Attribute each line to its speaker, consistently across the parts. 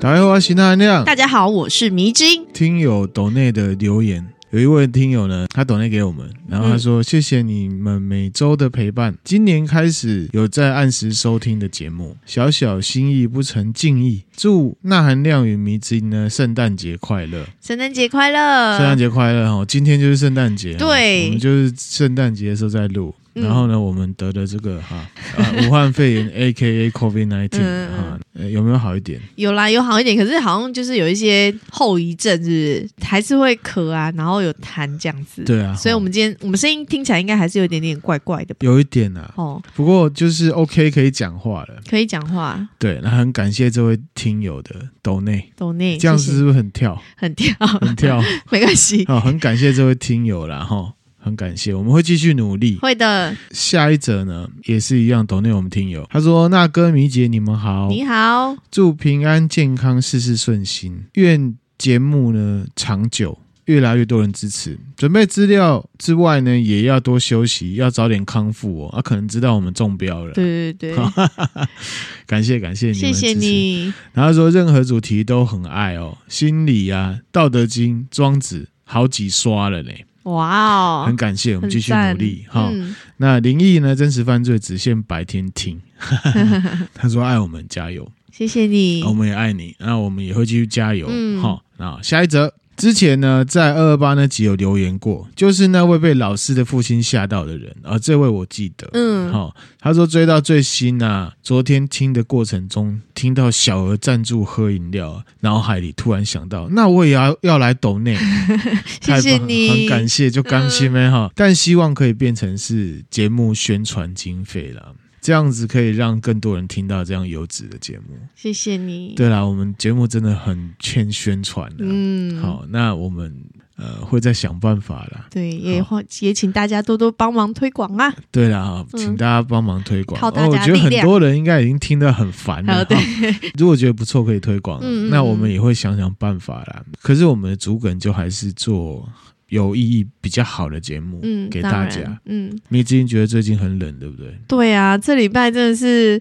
Speaker 1: 打电话行大量
Speaker 2: 大家好，我是迷津。
Speaker 1: 听友抖内的留言，有一位听友呢，他抖内给我们，然后他说、
Speaker 2: 嗯
Speaker 1: 谢谢你们每周的陪伴，今年开始有在按时收听的节目，小小心意不成敬意，祝呐含亮与迷之音呢圣诞节快乐，
Speaker 2: 圣诞节快
Speaker 1: 圣诞
Speaker 2: 乐！
Speaker 1: 节快乐哦！今天就是圣诞节，
Speaker 2: 呃对
Speaker 1: 我们就是圣诞节的时候在录。
Speaker 2: 嗯
Speaker 1: 然后呢，我们得了这个哈、啊，武汉肺炎 （A K A COVID 1 9
Speaker 2: 嗯
Speaker 1: 啊，呃有没有好一点？
Speaker 2: 有啦，有好一点，可是好像就是有一些后遗症，是不是？还是会咳啊，然后有痰这样子。、
Speaker 1: 对啊，
Speaker 2: 所以我
Speaker 1: 哦
Speaker 2: 们今天我们声音听起来应该还是有一点点怪怪的吧？
Speaker 1: 有一点啊，
Speaker 2: 哦，
Speaker 1: 不过就是 OK 可以讲话了，
Speaker 2: 可以讲话，
Speaker 1: 对，那很感谢这位听友的抖内，
Speaker 2: 懂内
Speaker 1: 这样
Speaker 2: 谢谢
Speaker 1: 是不是很 跳？
Speaker 2: 很跳，
Speaker 1: 很跳， 哦
Speaker 2: 没关系，
Speaker 1: 好，很感谢这位听友啦，哈，很感谢，我们会继续努力。
Speaker 2: 会的。
Speaker 1: 下一则呢，也是一样抖内我们听友，他说：“那哥米姐你们好，
Speaker 2: 你好，
Speaker 1: 祝平安健康，事事顺心，愿节目呢长久。”越来越多人支持，准备资料之外呢，也要多休息，要早点康复哦。啊，可能知道我们中标了，
Speaker 2: 对对对，
Speaker 1: 感谢感谢你们
Speaker 2: 谢
Speaker 1: 的支持，
Speaker 2: 谢你。
Speaker 1: 然后他说任何主题都很爱哦，心理啊，《道德经》、庄子，好几刷了呢，
Speaker 2: 哇哦，
Speaker 1: 很感谢，我们继续
Speaker 2: 很赞
Speaker 1: 努力哈。
Speaker 2: 嗯，
Speaker 1: 那灵异呢，真实犯罪只限白天听。 他说爱我们，加油，
Speaker 2: 谢谢你
Speaker 1: 啊我。们也爱你，那我们也会继续加油
Speaker 2: 嗯
Speaker 1: 哈。那下一则。之前呢，在二二八那集有留言过，就是那位被老师的父亲吓到的人，啊，这位我记得，
Speaker 2: 嗯
Speaker 1: 好、他说追到最新啊，昨天听的过程中，听到小额赞助喝饮料啊，脑海里突然想到，那我也要要来抖 内，
Speaker 2: 谢谢
Speaker 1: 太棒
Speaker 2: 你嗯
Speaker 1: 很感谢，就感谢没哈，但希望可以变成是节目宣传经费啦。这样子可以让更多人听到这样优质的节目。
Speaker 2: 谢谢你。
Speaker 1: 对啦，啊我们节目真的很欠宣传的、
Speaker 2: 嗯，
Speaker 1: 好，那我们呃会再想办法啦。
Speaker 2: 对，也
Speaker 1: 好
Speaker 2: 欢也请大家多多帮忙推广啊！
Speaker 1: 对啦，
Speaker 2: 嗯
Speaker 1: 请大家帮忙推广。
Speaker 2: 靠大家
Speaker 1: 哦，我觉得
Speaker 2: 力
Speaker 1: 很
Speaker 2: 量
Speaker 1: 多人应该已经听得很烦了。
Speaker 2: 啊 对
Speaker 1: 哈如果觉得不错，可以推广。
Speaker 2: 嗯嗯
Speaker 1: 那我们也会想想办法啦。可是我们的主梗就还是做有意义、比较好的节目、
Speaker 2: 嗯，
Speaker 1: 给
Speaker 2: 当
Speaker 1: 大
Speaker 2: 然
Speaker 1: 家。。
Speaker 2: 嗯，
Speaker 1: 迷之音觉得最近很冷，对不对？
Speaker 2: 对啊，这礼拜真的是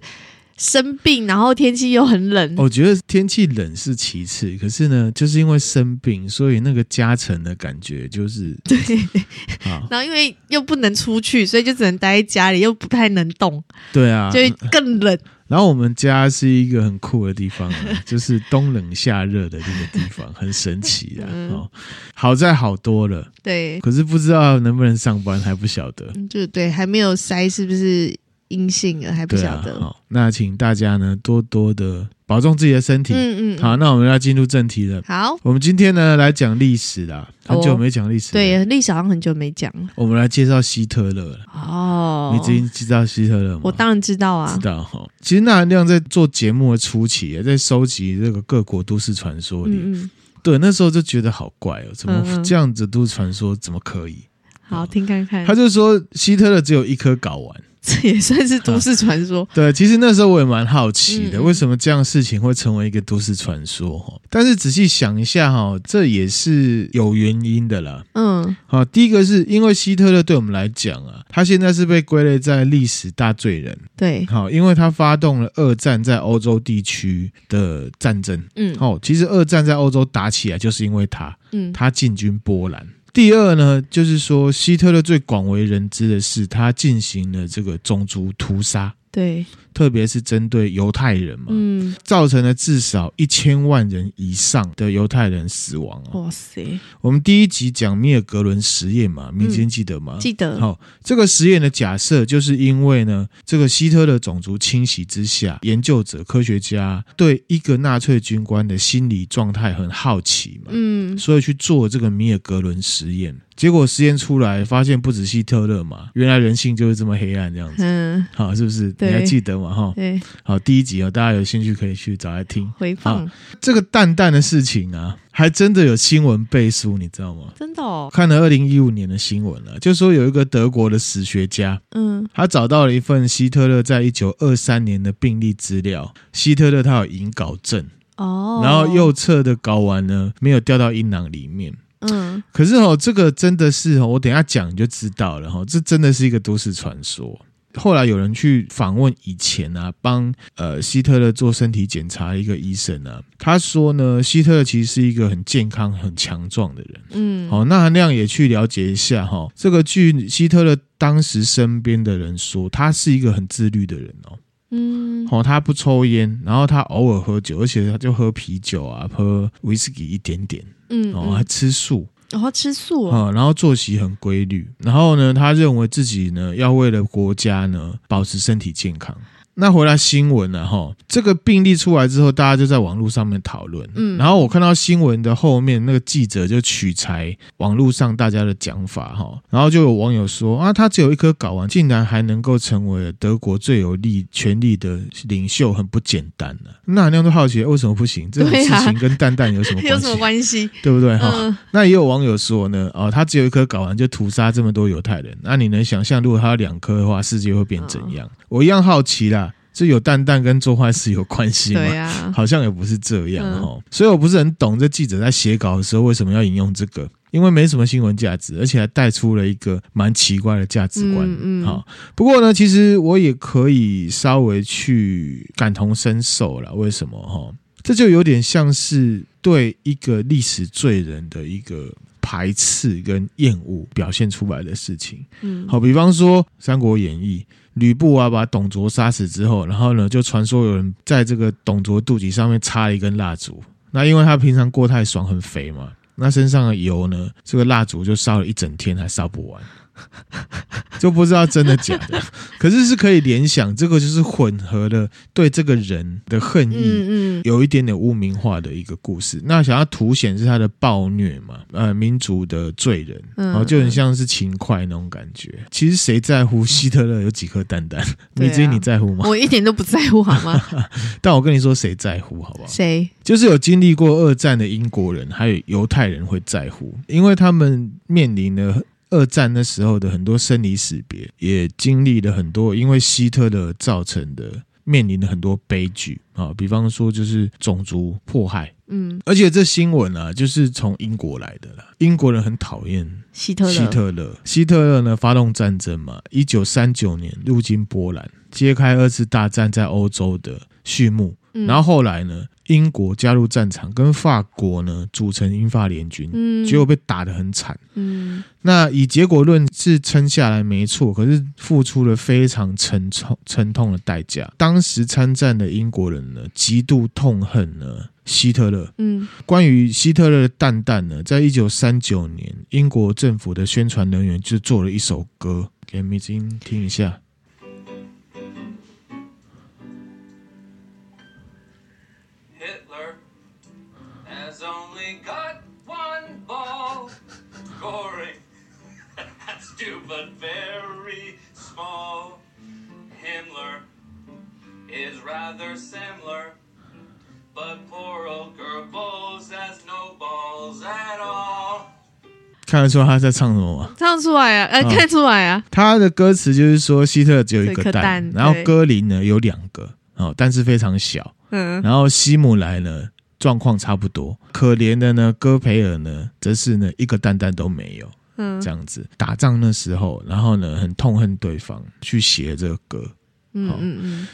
Speaker 2: 生病，然后天气又很冷。
Speaker 1: 哦我觉得天气冷是其次，可是呢，就是因为生病，所以那个加成的感觉就是
Speaker 2: 对，
Speaker 1: 啊，
Speaker 2: 然后因为又不能出去，所以就只能待在家里，又不太能动，
Speaker 1: 对啊，
Speaker 2: 就会更冷。
Speaker 1: 然后我们家是一个很酷的地方、 啊，就是冬冷夏热的那个地方，很神奇啊！
Speaker 2: 嗯
Speaker 1: 哦，好在好多了，
Speaker 2: 对，
Speaker 1: 可是不知道能不能上班还不晓得，
Speaker 2: 嗯就对，还没有筛是不是阴性了，还不
Speaker 1: 对
Speaker 2: 晓
Speaker 1: 啊，
Speaker 2: 得。嗯
Speaker 1: 好、那请大家呢多多的保重自己的身体。
Speaker 2: 嗯嗯，
Speaker 1: 好，那我们要进入正题了。
Speaker 2: 好，
Speaker 1: 我们今天呢来讲历史啦，
Speaker 2: 好哦
Speaker 1: 很久没讲历史、，
Speaker 2: 对，历史好像很久没讲了。
Speaker 1: 我们来介绍希特勒了。
Speaker 2: 哦，
Speaker 1: 你已经知道希特勒吗？
Speaker 2: 我当然知道啊
Speaker 1: 知。道哈。其实那含亮在做节目的初期也在收集这个各国都市传说里，
Speaker 2: 嗯嗯，
Speaker 1: 对，那时候就觉得好怪哦，怎
Speaker 2: 嗯
Speaker 1: 么
Speaker 2: 嗯
Speaker 1: 这样子都市传说怎么可以？
Speaker 2: 好，听看看
Speaker 1: 他。就说希特勒只有一颗睾丸。
Speaker 2: 这也算是都市传说。
Speaker 1: 对，其实那时候我也蛮好奇的，
Speaker 2: 嗯嗯
Speaker 1: 为什么这样的事情会成为一个都市传说？哈，但是仔细想一下哈，这也是有原因的啦。
Speaker 2: 嗯，
Speaker 1: 好，第一个是因为希特勒对我们来讲啊，他现在是被归类在历史大罪人。
Speaker 2: 对，
Speaker 1: 好，因为他发动了二战在欧洲地区的战争。
Speaker 2: 嗯
Speaker 1: 哦，其实二战在欧洲打起来就是因为他。
Speaker 2: 嗯，
Speaker 1: 他进军波兰。第二呢，就是说希特勒最广为人知的是他进行了这个种族屠杀，
Speaker 2: 对，
Speaker 1: 特别是针对犹太人嘛，
Speaker 2: 嗯，
Speaker 1: 造成了至少一千万人以上的犹太人死亡、哦。
Speaker 2: 哇塞，
Speaker 1: 我们第一集讲密尔格伦实验嘛，民间记得吗？
Speaker 2: 嗯记得，
Speaker 1: 好、这个实验的假设，就是因为呢，这个希特勒种族清洗之下，研究者、科学家对一个纳粹军官的心理状态很好奇嘛，
Speaker 2: 嗯，
Speaker 1: 所以去做这个米尔格伦实验。结果实验出来，发现不止希特勒嘛，原来人性就是这么黑暗这样子。
Speaker 2: 嗯，
Speaker 1: 好，是不是？你
Speaker 2: 对
Speaker 1: 还记得嘛？哈，
Speaker 2: 对，
Speaker 1: 好，第一集哦，大家有兴趣可以去找来听。
Speaker 2: 回放，
Speaker 1: 这个蛋蛋的事情啊，还真的有新闻背书，你知道吗？
Speaker 2: 真的哦，
Speaker 1: 看了二零一五年的新闻了、就说有一个德国的史学家，
Speaker 2: 嗯，
Speaker 1: 他找到了一份希特勒在一九二三年的病历资料，希特勒他有隐睾症，
Speaker 2: 哦，
Speaker 1: 然后右，侧的睾丸呢没有掉到阴囊里面。
Speaker 2: 嗯，
Speaker 1: 可是哦，这个真的是哦，我等一下讲你就知道了哈、哦，这真的是一个都市传说。后来有人去访问以前啊，帮呃希特勒做身体检查一个医生啊，他说呢，希特勒其实是一个很健康、很强壮的人。
Speaker 2: 嗯，
Speaker 1: 好，那韩亮也去了解一下哈、这个据希特勒当时身边的人说，他是一个很自律的人哦。
Speaker 2: 嗯，
Speaker 1: 哦，他不抽烟，然后他偶尔喝酒，而且他就喝啤酒啊，喝威士忌一点点，
Speaker 2: 嗯，
Speaker 1: 哦，还
Speaker 2: 嗯
Speaker 1: 吃素，
Speaker 2: 然后吃素哦，
Speaker 1: 啊、然后作息很规律，然后呢，他认为自己呢要为了国家呢保持身体健康。那回来新闻了哈，这个病例出来之后，大家就在网络上面讨论。
Speaker 2: 嗯
Speaker 1: 然后我看到新闻的后面，那个记者就取材网络上大家的讲法哈，然后就有网友说啊，他只有一颗睾丸，竟然还能够成为德国最有力权力的领袖，很不简单呢、那那样都好奇为什么不行？这种
Speaker 2: 对
Speaker 1: 事
Speaker 2: 啊
Speaker 1: 情跟蛋蛋有什么
Speaker 2: 有
Speaker 1: 关
Speaker 2: 什么
Speaker 1: 系？
Speaker 2: 关系？
Speaker 1: 对不对哈？
Speaker 2: 嗯
Speaker 1: 那也有网友说呢，哦，他只有一颗睾丸就屠杀这么多犹太人，那你能想象如果他有两颗的话，世界会变怎样？我一样好奇啦，这有蛋蛋跟做坏事有关系吗？
Speaker 2: 对啊，
Speaker 1: 好像也不是这样
Speaker 2: 嗯
Speaker 1: 哦，所以我不是很懂这记者在写稿的时候为什么要引用这个，因为没什么新闻价值，而且还带出了一个蛮奇怪的价值观。
Speaker 2: 嗯嗯
Speaker 1: 好，不过呢，其实我也可以稍微去感同身受了。为什么哈？这就有点像是对一个历史罪人的一个排斥跟厌恶表现出来的事情。
Speaker 2: 嗯，
Speaker 1: 好，比方说《三国演义》，吕布啊把董卓杀死之后，然后呢就传说有人在这个董卓肚脐上面插了一根蜡烛。那因为他平常过太爽，很肥嘛，那身上的油呢，这个蜡烛就烧了一整天还烧 不完，就不知道真的假的。可是是可以联想，这个就是混合了对这个人的恨意。
Speaker 2: 嗯嗯，
Speaker 1: 有一点点污名化的一个故事。那想要凸显是他的暴虐嘛，呃，民族的罪人，
Speaker 2: 嗯
Speaker 1: 然后就很像是勤快那种感觉。其实谁在乎希特勒有几颗蛋蛋？
Speaker 2: 对
Speaker 1: 你
Speaker 2: 啊
Speaker 1: 自己你在 乎吗？
Speaker 2: 我一点都不在乎好吗？
Speaker 1: 但我跟你说，谁在乎，好不好？
Speaker 2: 谁？
Speaker 1: 就是有经历过二战的英国人，还有犹太人会在乎，因为他们面临了。二战那时候的很多生离死别，也经历了很多因为希特勒造成的面临了很多悲剧啊、比方说就是种族迫害，
Speaker 2: 嗯，
Speaker 1: 而且这新闻啊，就是从英国来的啦。英国人很讨厌
Speaker 2: 希特勒，
Speaker 1: 希特勒，希特勒呢发动战争嘛，一九三九年入侵波兰，揭开二次大战在欧洲的序幕。
Speaker 2: 嗯
Speaker 1: 然后后来呢，英国加入战场，跟法国呢组成英法联军，
Speaker 2: 嗯，
Speaker 1: 结果被打得很惨。
Speaker 2: 嗯
Speaker 1: 那以结果论是撑下来没错，可是付出了非常沉痛沉痛的代价。当时参战的英国人呢，极度痛恨呢希特勒，
Speaker 2: 嗯
Speaker 1: 关于希特勒的蛋蛋呢，在一九三九年，英国政府的宣传人员就做了一首歌，给米津听一下。
Speaker 3: Hitler has only got one ball scoring. That's two, but very small. Himmler is rather similar, but poor old Goebbels has no balls at all.
Speaker 1: 看得出他在唱什么吗？
Speaker 2: 唱出来啊，呃，
Speaker 1: 嗯
Speaker 2: 看出来啊，
Speaker 1: 他的歌词就是说，希特勒只有一
Speaker 2: 这
Speaker 1: 个
Speaker 2: 颗
Speaker 1: 蛋，
Speaker 2: 蛋
Speaker 1: 然后
Speaker 2: 对
Speaker 1: 戈林呢有两个哦，但是非常小。
Speaker 2: 嗯，
Speaker 1: 然后希姆莱呢状况差不多，可怜的呢戈培尔呢则是呢一个蛋蛋都没有。
Speaker 2: 嗯
Speaker 1: 这样子打仗那时候，然后呢很痛恨对方，去写这个歌。
Speaker 2: 嗯嗯嗯，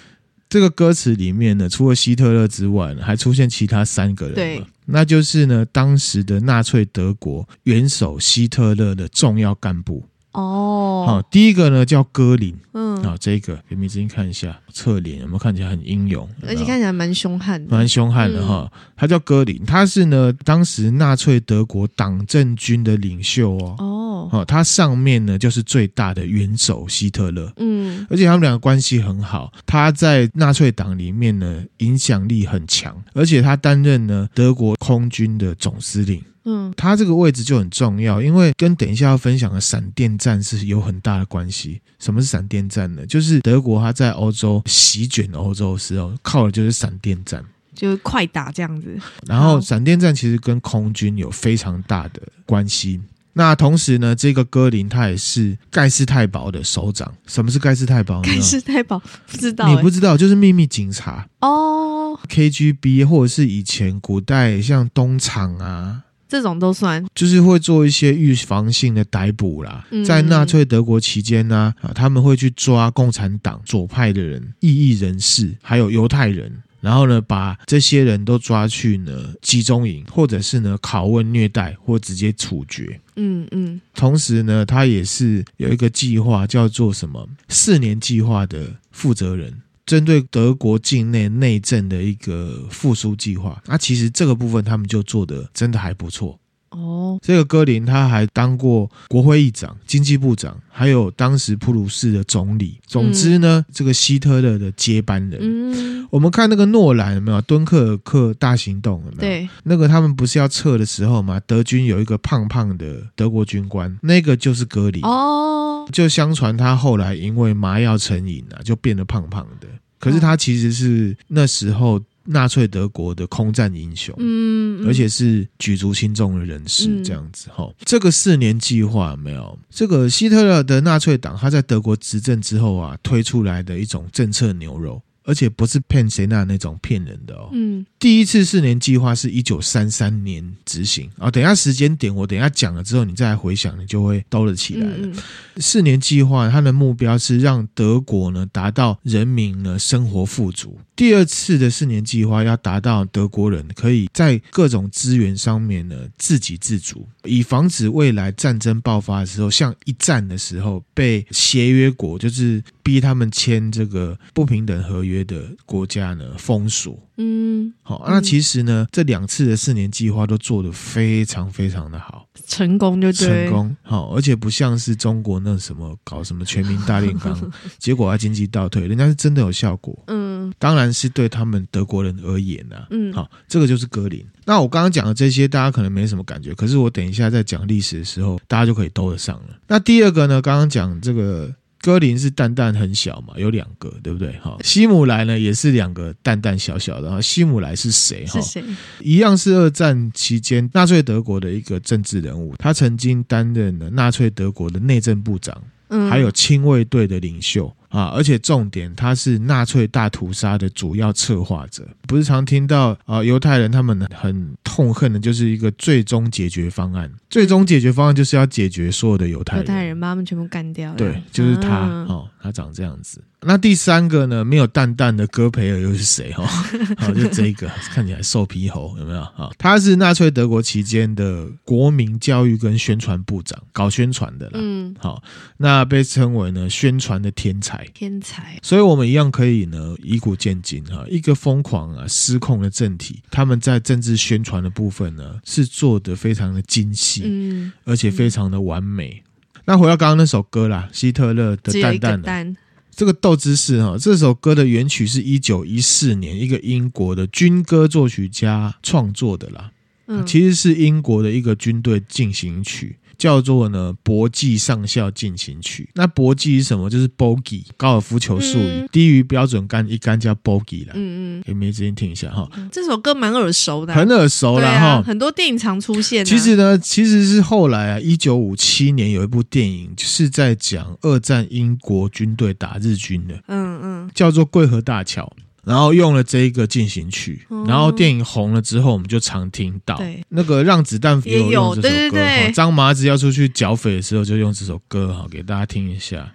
Speaker 1: 这个歌词里面呢，除了希特勒之外呢，还出现其他三个人
Speaker 2: 对
Speaker 1: 嘛，那就是呢当时的纳粹德国元首希特勒的重要干部。好、
Speaker 2: 哦，
Speaker 1: 第一个呢叫戈林，
Speaker 2: 嗯，
Speaker 1: 好、这个给明子英看一下侧脸有没有看起来很英勇，有没
Speaker 2: 而
Speaker 1: 有
Speaker 2: 且看起来嗯蛮凶悍的，
Speaker 1: 蛮凶悍的哈。他叫戈林，他是呢当时纳粹德国党政军的领袖哦。
Speaker 2: 哦，
Speaker 1: 哦，他上面呢就是最大的元首希特勒。
Speaker 2: 嗯
Speaker 1: 而且他们两个关系很好，他在纳粹党里面呢影响力很强，而且他担任呢德国空军的总司令，
Speaker 2: 嗯
Speaker 1: 他这个位置就很重要，因为跟等一下要分享的闪电战是有很大的关系。什么是闪电战呢？就是德国他在欧洲席卷欧洲的时候，靠的就是闪电战。
Speaker 2: 就快打这样子，
Speaker 1: 然后
Speaker 2: 好
Speaker 1: 闪电战其实跟空军有非常大的关系。那同时呢，这个戈林他也是盖世太保的首长。什么是盖世太保呢？
Speaker 2: 盖世太保不知道
Speaker 1: 嗯你
Speaker 2: 欸
Speaker 1: 不知道，就是秘密警察
Speaker 2: 哦，
Speaker 1: KGB，或者是以前古代像东厂啊、
Speaker 2: 这种都算。
Speaker 1: 就是会做一些预防性的逮捕啦。
Speaker 2: 嗯
Speaker 1: 在纳粹德国期间呢、啊，他们会去抓共产党左派的人、异议人士，还有犹太人。然后呢，把这些人都抓去呢集中营，或者是呢拷问、虐待，或直接处决。
Speaker 2: 嗯嗯，
Speaker 1: 同时呢，他也是有一个计划叫做什么四年计划的负责人，针对德国境内内政的一个复苏计划。那、其实这个部分他们就做的真的还不错。
Speaker 2: 哦，
Speaker 1: 这个戈林他还当过国会议长、经济部长，还有当时普鲁士的总理。总之呢，这个希特勒的接班人。
Speaker 2: 嗯，
Speaker 1: 我们看那个诺兰有没有敦刻尔克大行动有没有？，
Speaker 2: 对，
Speaker 1: 那个他们不是要撤的时候嘛，德军有一个胖胖的德国军官，那个就是戈林。
Speaker 2: 哦，
Speaker 1: 就相传他后来因为麻药成瘾啊，就变得胖胖的。可是他其实是那时候纳粹德国的空战英雄。
Speaker 2: 嗯，嗯
Speaker 1: 而且是举足轻重的人士，
Speaker 2: 嗯
Speaker 1: 这样子哈、这个四年计划有没有，这个希特勒的纳粹党，他在德国执政之后啊，推出来的一种政策牛肉，而且不是骗谁那那种骗人的哦。
Speaker 2: 嗯
Speaker 1: 第一次四年计划是一九三三年执行啊、等一下时间点我等一下讲了之后，你再来回想，你就会兜了起来了。
Speaker 2: 嗯嗯
Speaker 1: 四年计划，它的目标是让德国呢达到人民呢生活富足。第二次的四年计划要达到德国人可以在各种资源上面呢自给自足，以防止未来战争爆发的时候，像一战的时候被协约国就是逼他们签这个不平等合约的国家呢封锁。
Speaker 2: 嗯，
Speaker 1: 好、啊那其实呢，这两次的四年计划都做得非常非常的好。
Speaker 2: 成功就对，
Speaker 1: 成功，好、而且不像是中国那什么搞什么全民大炼 钢，结果啊经济倒退，人家是真的有效果，
Speaker 2: 嗯
Speaker 1: 当然是对他们德国人而言呐、
Speaker 2: 嗯
Speaker 1: 好、这个就是格林。那我刚刚讲的这些，大家可能没什么感觉，可是我等一下在讲历史的时候，大家就可以兜得上了。那第二个呢，刚刚讲这个。戈林是蛋蛋很小嘛，有两个，对不对？哈，希姆莱呢也是两个蛋蛋小小的。哈，希姆莱是谁？哈
Speaker 2: 是，谁？
Speaker 1: 一样是二战期间纳粹德国的一个政治人物，他曾经担任了纳粹德国的内政部长，
Speaker 2: 嗯，
Speaker 1: 还有亲卫队的领袖啊，而且重点他是纳粹大屠杀的主要策划者。不是常听到啊、呃犹太人他们很痛恨的就是一个最终解决方案，最终解决方案就是要解决所有的犹太
Speaker 2: 犹
Speaker 1: 人。
Speaker 2: 太人把他们全部干掉了，
Speaker 1: 对，就是他、
Speaker 2: 啊
Speaker 1: 哦，他长这样子。那第三个呢？没有蛋蛋的戈培尔又是谁？哈、哦， 好、就这一个，看起来瘦皮猴，有没有？啊、他是纳粹德国期间的国民教育跟宣传部长，搞宣传的啦。
Speaker 2: 嗯，
Speaker 1: 好、那被称为呢宣传的天才。
Speaker 2: 天才，
Speaker 1: 所以，我们一样可以呢，以古见今哈。一个疯狂啊、失控的政体，他们在政治宣传的部分呢，是做得非常的精细。
Speaker 2: 嗯，
Speaker 1: 而且非常的完美。那回到刚刚那首歌啦，希特勒的
Speaker 2: 只有
Speaker 1: 蛋
Speaker 2: 一个
Speaker 1: 蛋啊
Speaker 2: 蛋，
Speaker 1: 这个豆知识哈、这首歌的原曲是一九一四年一个英国的军歌作曲家创作的啦，
Speaker 2: 嗯，
Speaker 1: 啊其实是英国的一个军队进行曲。叫做呢搏击上校进行曲。那搏击是什么？就是 bogey 高尔夫球术语，
Speaker 2: 嗯
Speaker 1: 低于标准杆一杆叫 bogey 啦。
Speaker 2: 嗯
Speaker 1: 给你们之前听一下哈，
Speaker 2: 嗯，这首歌蛮耳熟的啊，
Speaker 1: 很耳熟
Speaker 2: 对
Speaker 1: 啦
Speaker 2: 啊，
Speaker 1: 哈。
Speaker 2: 很多电影常出现啊，
Speaker 1: 其实呢，其实是后来啊，一九五七年有一部电影是在讲二战英国军队打日军的，
Speaker 2: 嗯嗯
Speaker 1: 叫做《桂河大桥》，然后用了这一个进行曲，
Speaker 2: 哦
Speaker 1: 然后电影红了之后，我们就常听到
Speaker 2: 对。
Speaker 1: 那个《让子弹飞》
Speaker 2: 也有
Speaker 1: 用这首
Speaker 2: 对对
Speaker 1: 歌，
Speaker 2: 对
Speaker 1: 哈张麻子要出去剿匪的时候就用这首歌哈，给大家听一下。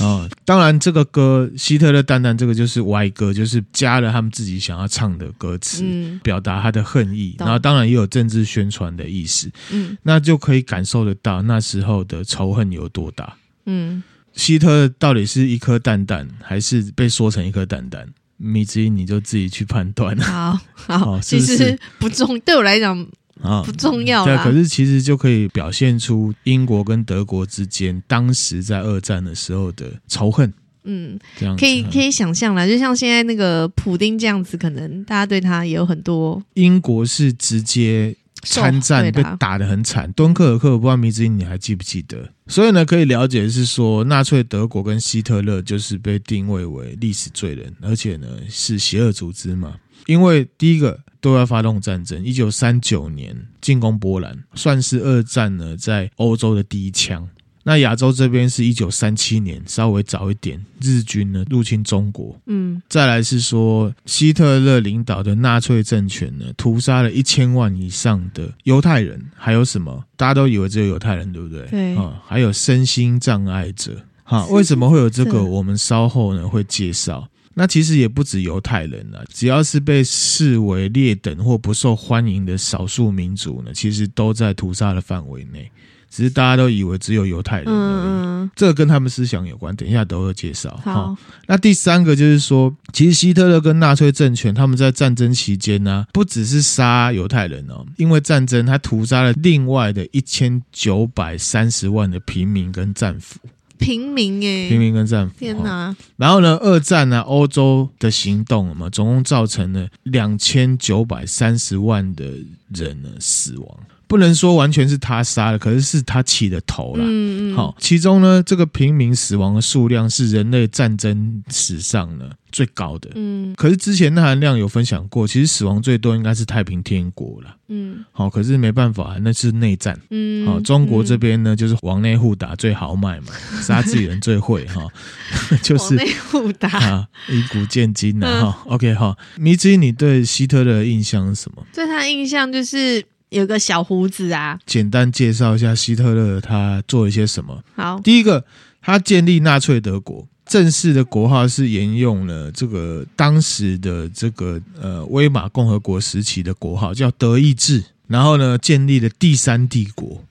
Speaker 1: 哦，当然，这个歌《希特勒蛋蛋》这个就是歪歌，就是加了他们自己想要唱的歌词，
Speaker 2: 嗯
Speaker 1: 表达他的恨意，
Speaker 2: 懂
Speaker 1: 然后当然也有政治宣传的意思，
Speaker 2: 嗯
Speaker 1: 那就可以感受得到那时候的仇恨有多大。
Speaker 2: 嗯，
Speaker 1: 希特勒到底是一颗蛋蛋，还是被说成一颗蛋蛋？米之音你就自己去判 断了
Speaker 2: 好好，
Speaker 1: 好是
Speaker 2: 其
Speaker 1: 不是
Speaker 2: 实不重，对我来讲
Speaker 1: 啊
Speaker 2: 不。重要
Speaker 1: 对，
Speaker 2: 啦。
Speaker 1: 可是其实就可以表现出英国跟德国之间当时在二战的时候的仇恨，
Speaker 2: 嗯，
Speaker 1: 这样子
Speaker 2: 可以可以想象啦，就像现在那个普丁这样子，可能大家对他也有很多
Speaker 1: 英国是直接
Speaker 2: 受
Speaker 1: 参战
Speaker 2: 对
Speaker 1: 被
Speaker 2: 啦
Speaker 1: 打得很惨，敦刻尔克我不知道迷之音你还记不记得？所以呢，可以了解是说，纳粹德国跟希特勒就是被定位为历史罪人，而且呢是邪恶组织嘛。因为第一个都要发动战争。一九三九年进攻波兰，算是二战呢在欧洲的第一枪。那亚洲这边是一九三七年，稍微早一点，日军呢入侵中国。
Speaker 2: 嗯
Speaker 1: 再来是说，希特勒领导的纳粹政权呢，屠杀了一千万以上的犹太人，还有什么？大家都以为只有犹太人，对不对？
Speaker 2: 对
Speaker 1: 啊、还有身心障碍者。哈，为什么会有这
Speaker 2: 是
Speaker 1: 个？我们稍后呢会介绍。那其实也不止犹太人啊，只要是被视为劣等或不受欢迎的少数民族呢，其实都在屠杀的范围内，只是大家都以为只有犹太人而已。
Speaker 2: 嗯嗯，
Speaker 1: 这个跟他们思想有关，等一下都会介绍。哈
Speaker 2: 好，
Speaker 1: 那第三个就是说，其实希特勒跟纳粹政权他们在战争期间呢、不只是杀犹太人哦，因为战争他屠杀了另外的一千九百三十万的平民跟战俘，
Speaker 2: 平民哎，
Speaker 1: 平民跟战俘。
Speaker 2: 嗯天
Speaker 1: 哦！
Speaker 2: 哪，
Speaker 1: 然后呢，二战呢、欧洲的行动嘛，总共造成了两千九百三十万的人呢死亡。不能说完全是他杀的，可是是他起的头啦。
Speaker 2: 嗯嗯，
Speaker 1: 好，其中呢，这个平民死亡的数量是人类战争史上呢最高的。
Speaker 2: 嗯
Speaker 1: 可是之前那含量有分享过，其实死亡最多应该是太平天国了。
Speaker 2: 嗯
Speaker 1: 好，可是没办法，那是内战。
Speaker 2: 嗯，
Speaker 1: 好，中国这边呢，就是往内互打最豪迈 嘛，杀自己人最会哈， 就
Speaker 2: 往
Speaker 1: 是
Speaker 2: 内互打， 嗯
Speaker 1: 啊，以古见今呐哈。OK 哈，迷之音，你对希特勒的印象是什么？
Speaker 2: 对他的印象就是有个小胡子啊，
Speaker 1: 简单介绍一下希特勒他做了些什么。
Speaker 2: 好，
Speaker 1: 第一个，他建立纳粹德国，正式的国号是沿用了这个当时的这个呃威玛共和国时期的国号，叫德意志。然后呢，建立了第三帝国。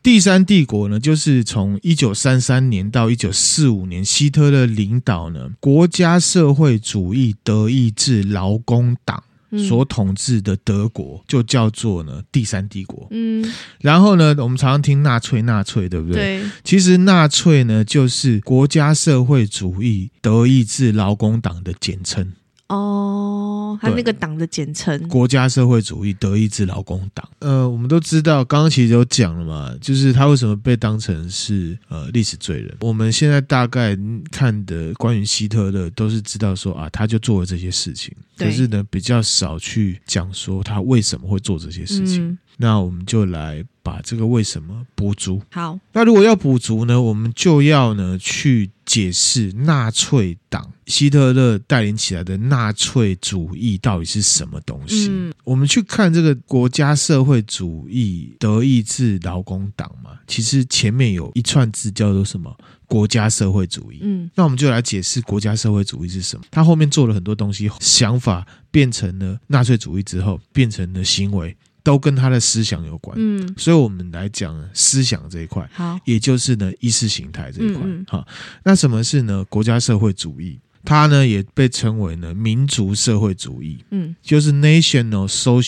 Speaker 1: 第三帝国呢，就是从一九三三年到一九四五年，希特勒领导呢国家社会主义德意志劳工党
Speaker 2: 嗯
Speaker 1: 所统治的德国，就叫做呢第三帝国。
Speaker 2: 嗯，
Speaker 1: 然后呢，我们常常听纳粹，纳粹，对不对？
Speaker 2: 对，
Speaker 1: 其实纳粹呢，就是国家社会主义德意志劳工党的简称，
Speaker 2: 哦，他
Speaker 1: 对
Speaker 2: 那个党的简称，
Speaker 1: 国家社会主义德意志劳工党。呃，我们都知道，刚刚其实有讲了嘛，就是他为什么被当成是呃历史罪人。我们现在大概看的关于希特勒，都是知道说啊，他就做了这些事情，
Speaker 2: 对
Speaker 1: 可是呢，比较少去讲说他为什么会做这些事情。
Speaker 2: 嗯，
Speaker 1: 那我们就来把这个为什么补足。
Speaker 2: 好，
Speaker 1: 那如果要补足呢，我们就要呢去解释纳粹党希特勒带领起来的纳粹主义到底是什么东西。
Speaker 2: 嗯
Speaker 1: 我们去看这个国家社会主义德意志劳工党嘛，其实前面有一串字叫做什么国家社会主义。
Speaker 2: 嗯
Speaker 1: 那我们就来解释国家社会主义是什么。他后面做了很多东西，想法变成了纳粹主义之后，变成了行为，都跟他的思想有关。
Speaker 2: 嗯，
Speaker 1: 所以，我们来讲思想这一块。
Speaker 2: 好，
Speaker 1: 也就是呢意识形态这一块。
Speaker 2: 嗯嗯
Speaker 1: 好，那什么是呢国家社会主义？它呢也被称为呢民族社会主义，
Speaker 2: 嗯
Speaker 1: 就是 national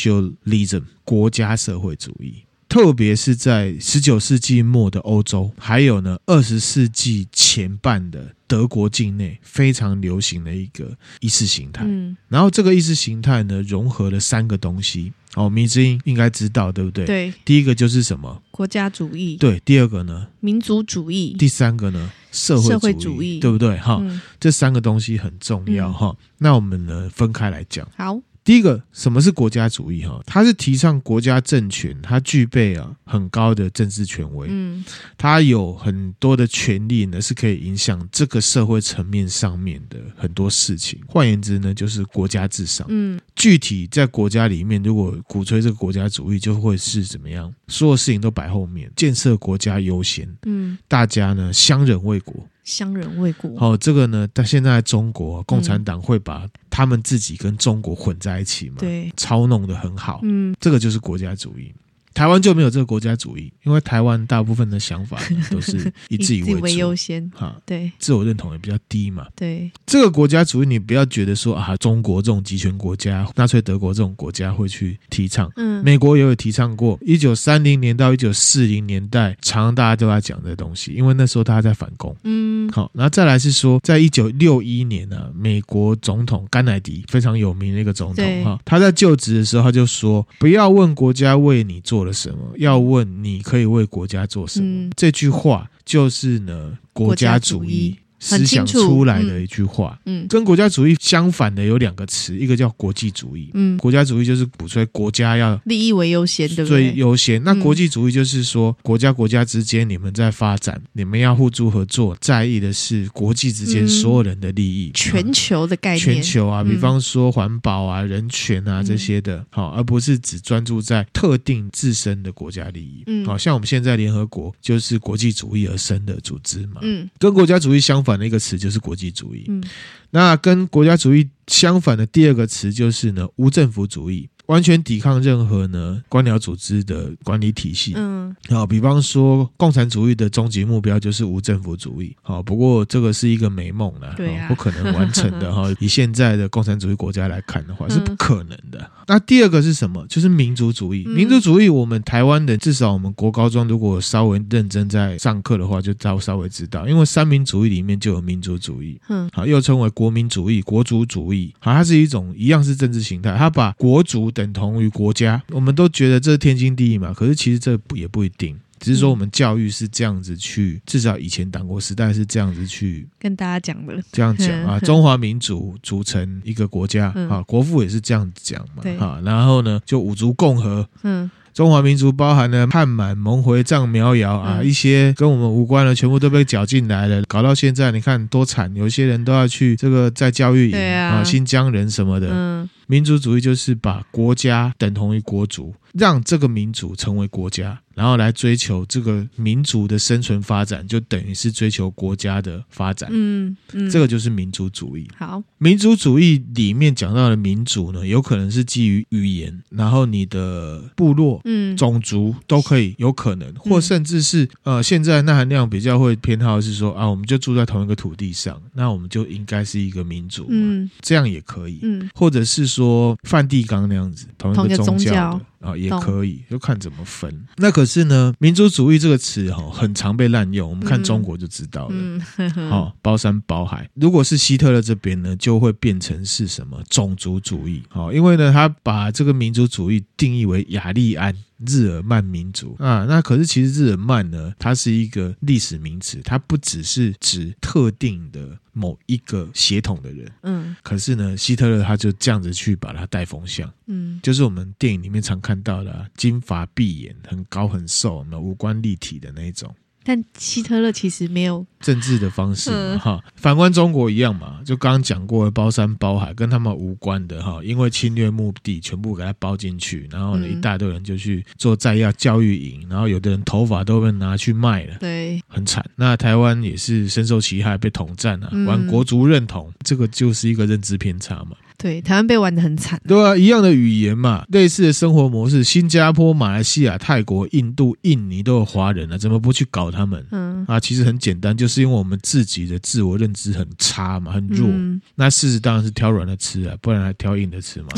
Speaker 1: socialism 国家社会主义。特别是在十九世纪末的欧洲，还有呢二十世纪前半的德国境内非常流行的一个意识形态。
Speaker 2: 嗯，
Speaker 1: 然后这个意识形态呢，融合了三个东西。哦，迷之音应该知道，对不对？。
Speaker 2: 对，
Speaker 1: 第一个就是什么？
Speaker 2: 国家主义，
Speaker 1: 对。第二个呢？
Speaker 2: 民族主义，
Speaker 1: 第啊三个呢，社
Speaker 2: 社
Speaker 1: 会
Speaker 2: 会
Speaker 1: 主
Speaker 2: 主
Speaker 1: 义，
Speaker 2: 义
Speaker 1: 对不对？哈、
Speaker 2: 嗯，
Speaker 1: 这三个东西很重要
Speaker 2: 嗯
Speaker 1: 哈、那我们呢分开来讲。
Speaker 2: 好，
Speaker 1: 第一个，什么是国家主义？哈，它是提倡国家政权，它具备啊很高的政治权威，
Speaker 2: 嗯
Speaker 1: 它有很多的权利呢，是可以影响这个社会层面上面的很多事情。换言之呢，就是国家至上。
Speaker 2: 嗯
Speaker 1: 具体在国家里面，如果鼓吹这个国家主义，就会是怎么样？所有事情都摆后面，建设国家优先，
Speaker 2: 嗯，
Speaker 1: 大家呢相忍为国。
Speaker 2: 相忍为国，
Speaker 1: 好、哦这个呢，但现在中国共
Speaker 2: 嗯
Speaker 1: 产党会把他们自己跟中国混在一起嘛，，
Speaker 2: 对，
Speaker 1: 操弄得很好，
Speaker 2: 嗯
Speaker 1: 这个就是国家主义。台湾就没有这个国家主义，因为台湾大部分的想法呢都 是以自己
Speaker 2: 以自己
Speaker 1: 为
Speaker 2: 为优
Speaker 1: 主，
Speaker 2: 先，
Speaker 1: 哈，
Speaker 2: 对
Speaker 1: 自我认同也比较低嘛。
Speaker 2: 对，
Speaker 1: 这个国家主义，你不要觉得说啊，中国这种集权国家、纳粹德国这种国家会去提倡。
Speaker 2: 嗯
Speaker 1: 美国也有提倡过，一九三零年到一九四零年代，常常大家都在讲这东西，因为那时候大家在反攻。
Speaker 2: 嗯
Speaker 1: 好，然后再来是说，在一九六一年呢、啊，美国总统甘乃迪非常有名的一个总统
Speaker 2: 对
Speaker 1: 哈，他在就职的时候他就说，不要问国家为你做了什么，要问你可以为国家做什么。
Speaker 2: 嗯
Speaker 1: 这句话就是呢，国
Speaker 2: 国
Speaker 1: 家
Speaker 2: 家
Speaker 1: 主
Speaker 2: 主
Speaker 1: 义
Speaker 2: 义
Speaker 1: 思想
Speaker 2: 很清楚
Speaker 1: 出来的一句话。
Speaker 2: 嗯
Speaker 1: 跟国家主义相反的有两个词，一个叫国际主义，
Speaker 2: 嗯，
Speaker 1: 国家主义就是鼓吹国家要
Speaker 2: 利益为优先，对不
Speaker 1: 最
Speaker 2: 对？
Speaker 1: 优先。那
Speaker 2: 嗯
Speaker 1: 国际主义就是说，国家国家之间你们在发展，你们要互助合作，在意的是国际之间
Speaker 2: 嗯
Speaker 1: 所有人的利益，
Speaker 2: 全球的概念，
Speaker 1: 全球啊，
Speaker 2: 嗯
Speaker 1: 比方说环保啊、人权啊
Speaker 2: 嗯
Speaker 1: 这些的，好、而不是只专注在特定自身的国家利益。
Speaker 2: 嗯
Speaker 1: 好、像我们现在联合国就是国际主义而生的组织嘛，
Speaker 2: 嗯
Speaker 1: 跟国家主义相反的一个词就是国际主义。
Speaker 2: 嗯
Speaker 1: 那跟国家主义相反的第二个词就是呢，无政府主义。完全抵抗任何呢官僚组织的管理体系，
Speaker 2: 嗯
Speaker 1: 好、比方说共产主义的终极目标就是无政府主义。好、不过这个是一个美梦啦，
Speaker 2: 对啊
Speaker 1: 哦不可能完成 的哈、以现在的共产主义国家来看的话，
Speaker 2: 嗯
Speaker 1: 是不可能的。那第二个是什么？就是民族主义。
Speaker 2: 嗯
Speaker 1: 民族主义，我们台湾人至少我们国高中如果稍微认真在上课的话，就稍稍微知道，因为三民主义里面就有民族主义。
Speaker 2: 嗯
Speaker 1: 好，又称为国民主义、国族主义。好，它是一种一样是政治形态，它把国族等同于国家，我们都觉得这天经地义嘛。可是其实这不也不一定，只
Speaker 2: 嗯
Speaker 1: 是说我们教育是这样子去，至少以前党国时代是这样子去
Speaker 2: 跟大家讲的，
Speaker 1: 这样讲啊。中华民族组成一个国家
Speaker 2: 嗯
Speaker 1: 啊，国父也是这样讲嘛
Speaker 2: 对
Speaker 1: 啊。然后呢，就五族共和，
Speaker 2: 嗯
Speaker 1: 中华民族包含了汉满、蒙回、藏、苗瑶啊，
Speaker 2: 嗯
Speaker 1: 一些跟我们无关的，全部都被搅进来了，搞到现在你看多惨，有些人都要去这个在教育营
Speaker 2: 对啊
Speaker 1: 新疆人什么的。
Speaker 2: 嗯
Speaker 1: 民族主义就是把国家等同于国族，让这个民族成为国家，然后来追求这个民族的生存发展，就等于是追求国家的发展。
Speaker 2: 嗯嗯，
Speaker 1: 这个就是民族主义。
Speaker 2: 好，
Speaker 1: 民族主义里面讲到的民族呢，有可能是基于语言，然后你的部落、
Speaker 2: 嗯
Speaker 1: 种族都可以有可能，或甚至是呃，现在那含量比较会偏好的是说啊，我们就住在同一个土地上，那我们就应该是一个民族嘛，
Speaker 2: 嗯
Speaker 1: 这样也可以。
Speaker 2: 嗯
Speaker 1: 或者是说梵蒂冈那样子，同
Speaker 2: 同
Speaker 1: 一
Speaker 2: 一
Speaker 1: 个
Speaker 2: 个
Speaker 1: 宗
Speaker 2: 宗
Speaker 1: 教的
Speaker 2: 教
Speaker 1: 啊、也
Speaker 2: 懂
Speaker 1: 可以，就看怎么分。那可是呢，民族主义这个词哈、哦，很常被滥用，我们看
Speaker 2: 嗯
Speaker 1: 中国就知道了。
Speaker 2: 嗯，
Speaker 1: 好、包山包海。如果是希特勒这边呢，就会变成是什么种族主义？好、因为呢，他把这个民族主义定义为雅利安日耳曼民族啊。那可是其实日耳曼呢，它是一个历史名词，它不只是指特定的某一个血统的人。
Speaker 2: 嗯
Speaker 1: 可是呢，希特勒他就这样子去把它带风向，
Speaker 2: 嗯
Speaker 1: 就是我们电影里面常看到的、啊、金发碧眼、很高很瘦、那五官立体的那一种。
Speaker 2: 但希特勒其实没有，
Speaker 1: 政治的方式嘛
Speaker 2: 嗯
Speaker 1: 哈。反观中国一样嘛，就刚刚讲过的包山包海，跟他们无关的哈，因为侵略目的全部给它包进去，然后呢，
Speaker 2: 嗯
Speaker 1: 一大堆人就去做再要教育营，然后有的人头发都被拿去卖了。
Speaker 2: 对，
Speaker 1: 很惨，那台湾也是深受其害，被统战啊，
Speaker 2: 嗯
Speaker 1: 玩国族认同，这个就是一个认知偏差嘛。
Speaker 2: 对，台湾被玩的很惨，
Speaker 1: 对啊，一样的语言嘛，类似的生活模式，新加坡、马来西亚、泰国、印度、印尼都有华人啊，怎么不去搞他们？
Speaker 2: 嗯
Speaker 1: 啊，其实很简单，就是因为我们自己的自我认知很差嘛，很弱。
Speaker 2: 嗯
Speaker 1: 那事实当然是挑软的吃啊，不然还挑硬的吃 嘛，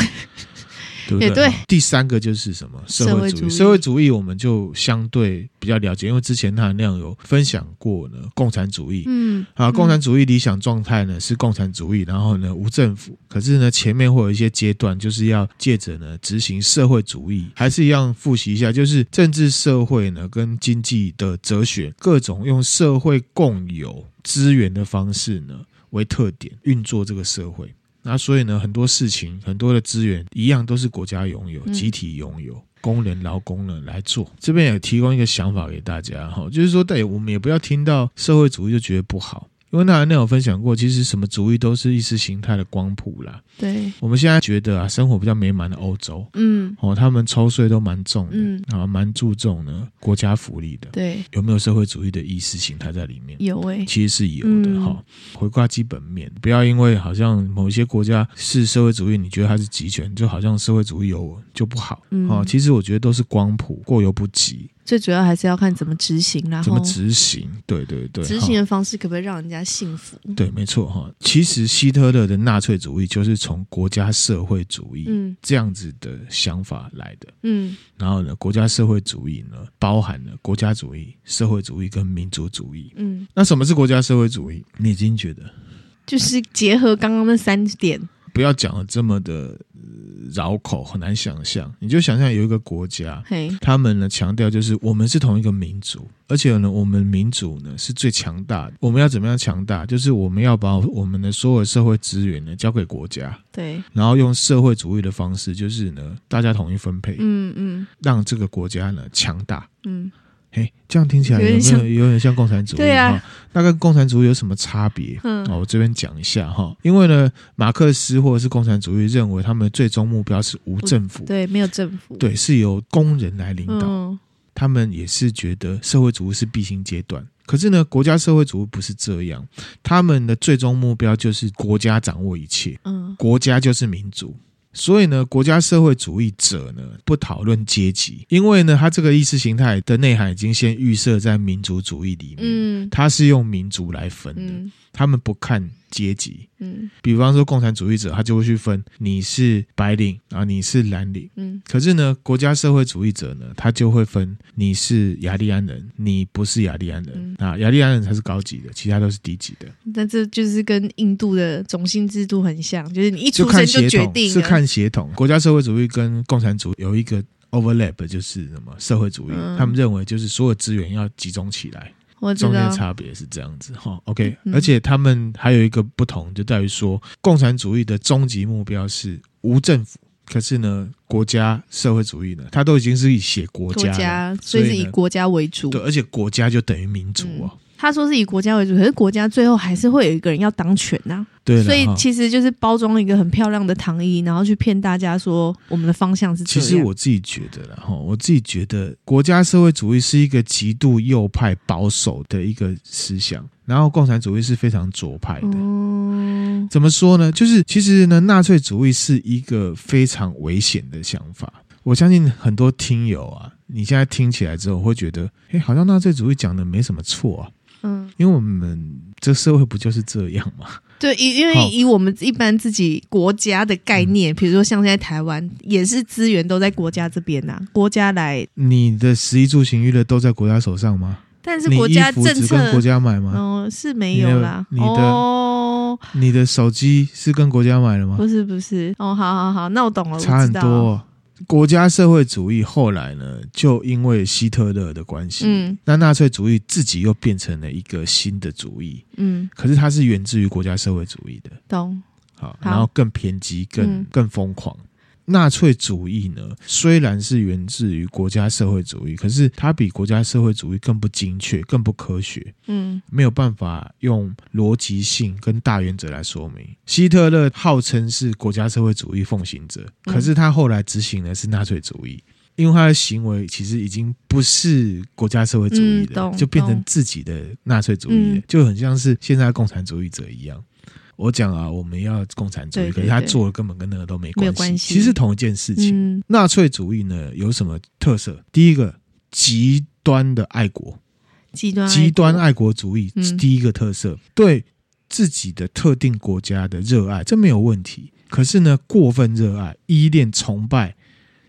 Speaker 1: 对不对？
Speaker 2: 也对
Speaker 1: 第三个就是什么社
Speaker 2: 社
Speaker 1: 会
Speaker 2: 会
Speaker 1: 主
Speaker 2: 主
Speaker 1: 义，
Speaker 2: 义
Speaker 1: 社会主义我们就相对比较了解，因为之前他那样有分享过呢，共产主义。
Speaker 2: 嗯
Speaker 1: 啊，共产
Speaker 2: 嗯
Speaker 1: 主义理想状态呢是共产主义，然后呢无政府，可是呢前面会有一些阶段，就是要借着呢执行社会主义，还是一样复习一下，就是政治社会呢跟经济的哲学，各种用社会共有资源的方式呢为特点运作这个社会。那所以呢，很多事情、很多的资源一样都是国家拥有、
Speaker 2: 嗯
Speaker 1: 集体拥有。工人、劳工呢来做，这边也提供一个想法给大家哈，就是说，对，我们也不要听到社会主义就觉得不好，因为那那有分享过，其实什么主义都是意识形态的光谱啦。
Speaker 2: 对，
Speaker 1: 我们现在觉得啊，生活比较美满的欧洲
Speaker 2: 嗯
Speaker 1: 哦，他们抽税都蛮重的，
Speaker 2: 嗯
Speaker 1: 啊，蛮注重呢国家福利的，
Speaker 2: 对，
Speaker 1: 有没有社会主义的意识形态在里面？
Speaker 2: 有哎，
Speaker 1: 其实是有的
Speaker 2: 嗯
Speaker 1: 哈、回归到基本面，不要因为好像某一些国家是社会主义，你觉得它是集权，就好像社会主义有就不好。
Speaker 2: 嗯
Speaker 1: 哦，其实我觉得都是光谱，过犹不及，
Speaker 2: 最主要还是要看怎么执行，然
Speaker 1: 怎
Speaker 2: 后
Speaker 1: 么执行？对对对，
Speaker 2: 执
Speaker 1: 哈
Speaker 2: 行的方式可不可以让人家信服？
Speaker 1: 对，没错哈。其实希特勒的纳粹主义就是从国家社会主义
Speaker 2: 嗯
Speaker 1: 这样子的想法来的。
Speaker 2: 嗯
Speaker 1: 然后呢，国家社会主义呢，包含了国家主义、社会主义跟民族主义。
Speaker 2: 嗯，
Speaker 1: 那什么是国家社会主义？你已经觉得
Speaker 2: 就是结合刚刚那三点，
Speaker 1: 不不要讲的这么的呃绕口，很难想象。你就想象有一个国家，
Speaker 2: 嘿，
Speaker 1: 他们呢强调就是我们是同一个民族，而且呢，我们民族呢是最强大的。我们要怎么样强大？就是我们要把我们的所有社会资源呢交给国家，
Speaker 2: 对，
Speaker 1: 然后用社会主义的方式，就是呢大家统一分配，
Speaker 2: 嗯嗯
Speaker 1: 让这个国家呢强大。
Speaker 2: 嗯，
Speaker 1: 嘿，这样听起来有
Speaker 2: 有
Speaker 1: 没
Speaker 2: 点
Speaker 1: 有
Speaker 2: 像
Speaker 1: 有点像共产主义？
Speaker 2: 对啊
Speaker 1: 哈，那跟共产主义有什么差别？
Speaker 2: 嗯
Speaker 1: 哦，我这边讲一下哈，因为呢，马克思或者是共产主义认为他们的最终目标是无政府，
Speaker 2: 对，没有政府，
Speaker 1: 对，是由工人来领导。
Speaker 2: 嗯，
Speaker 1: 他们也是觉得社会主义是必经阶段。可是呢，国家社会主义不是这样，他们的最终目标就是国家掌握一切，
Speaker 2: 嗯
Speaker 1: 国家就是民主。所以呢，国家社会主义者呢不讨论阶级，因为呢，他这个意识形态的内涵已经先预设在民族主义里面，
Speaker 2: 嗯
Speaker 1: 他是用民族来分的，
Speaker 2: 嗯
Speaker 1: 他们不看阶级。
Speaker 2: 嗯
Speaker 1: 比方说共产主义者，他就会去分你是白领啊，你是蓝领。
Speaker 2: 嗯
Speaker 1: 可是呢，国家社会主义者呢，他就会分你是雅利安人，你不是雅利安
Speaker 2: 嗯
Speaker 1: 人、啊，雅利安人才是高级的，其他都是低级的，
Speaker 2: 那这就是跟印度的种姓制度很像，就是你一
Speaker 1: 就
Speaker 2: 出生
Speaker 1: 看血
Speaker 2: 决
Speaker 1: 统，
Speaker 2: 定
Speaker 1: 是
Speaker 2: 了，
Speaker 1: 看血统。国家社会主义跟共产主义有一个 overlap，就是什么社会主义，
Speaker 2: 嗯
Speaker 1: 他们认为就是所有资源要集中起来，
Speaker 2: 我知
Speaker 1: 中间
Speaker 2: 道
Speaker 1: 的，差别是这样子哈、OK，、
Speaker 2: 嗯
Speaker 1: 而且他们还有一个不同，就在于说，共产主义的终极目标是无政府。可是呢，国家社会主义呢，它都已经是以写国
Speaker 2: 国
Speaker 1: 家了，
Speaker 2: 家，所以是以
Speaker 1: 呢
Speaker 2: 国家为主。
Speaker 1: 对，而且国家就等于民族哦。
Speaker 2: 他说是以国家为主，可是国家最后还是会有一个人要当权呐、
Speaker 1: 对了，
Speaker 2: 所以
Speaker 1: 哈
Speaker 2: 其实就是包装一个很漂亮的糖衣，然后去骗大家说我们的方向是这
Speaker 1: 其
Speaker 2: 样。
Speaker 1: 实我自己觉得啦，哈，我自己觉得国家社会主义是一个极度右派保守的一个思想，然后共产主义是非常左派的。
Speaker 2: 嗯
Speaker 1: 怎么说呢？就是其实呢，纳粹主义是一个非常危险的想法。我相信很多听友啊，你现在听起来之后会觉得，哎，好像纳粹主义讲的没什么错啊，
Speaker 2: 嗯，
Speaker 1: 因为我们这社会不就是这样吗？
Speaker 2: 对，因因为
Speaker 1: 好嗯
Speaker 2: 以我们一般自己国家的概念，比如说像现在台湾也是资源都在国家这边呐、啊国家来，
Speaker 1: 你的食衣住行娱乐都在国家手上吗？
Speaker 2: 但是
Speaker 1: 你
Speaker 2: 国
Speaker 1: 衣
Speaker 2: 家
Speaker 1: 服
Speaker 2: 政
Speaker 1: 只
Speaker 2: 策
Speaker 1: 跟国家买吗？
Speaker 2: 哦是没有啦，
Speaker 1: 你的你的
Speaker 2: 哦，
Speaker 1: 你的手机是跟国家买的吗？
Speaker 2: 不是不是哦，好好好，那我懂了，
Speaker 1: 差
Speaker 2: 我
Speaker 1: 很
Speaker 2: 知道
Speaker 1: 多
Speaker 2: 了
Speaker 1: 哦。国家社会主义后来呢，就因为希特勒的关系，
Speaker 2: 嗯
Speaker 1: 那纳粹主义自己又变成了一个新的主义，
Speaker 2: 嗯，
Speaker 1: 可是它是源自于国家社会主义的，
Speaker 2: 懂，
Speaker 1: 好，
Speaker 2: 好
Speaker 1: 然后更偏激、更、
Speaker 2: 嗯
Speaker 1: 更疯狂。纳粹主义呢，虽然是源自于国家社会主义，可是它比国家社会主义更不精确、更不科学。
Speaker 2: 嗯
Speaker 1: 没有办法用逻辑性跟大原则来说明。希特勒号称是国家社会主义奉行者，
Speaker 2: 嗯
Speaker 1: 可是他后来执行的是纳粹主义，因为他的行为其实已经不是国家社会主义
Speaker 2: 嗯
Speaker 1: 的，
Speaker 2: 懂
Speaker 1: 就变成自己的纳粹主义了，
Speaker 2: 嗯
Speaker 1: 就很像是现在的共产主义者一样。我讲啊，我们要共产主义，
Speaker 2: 对对
Speaker 1: 可是他
Speaker 2: 对
Speaker 1: 做的根本跟那个都没
Speaker 2: 没有
Speaker 1: 关
Speaker 2: 关系
Speaker 1: 其实同一件事情。
Speaker 2: 嗯
Speaker 1: 纳粹主义呢有什么特色？第一个，极端的爱国。
Speaker 2: 极端
Speaker 1: 极端
Speaker 2: 国
Speaker 1: 爱国主义
Speaker 2: 嗯
Speaker 1: 是第一个特色，对自己的特定国家的热爱，这没有问题。可是呢，过分热爱、依恋、崇拜、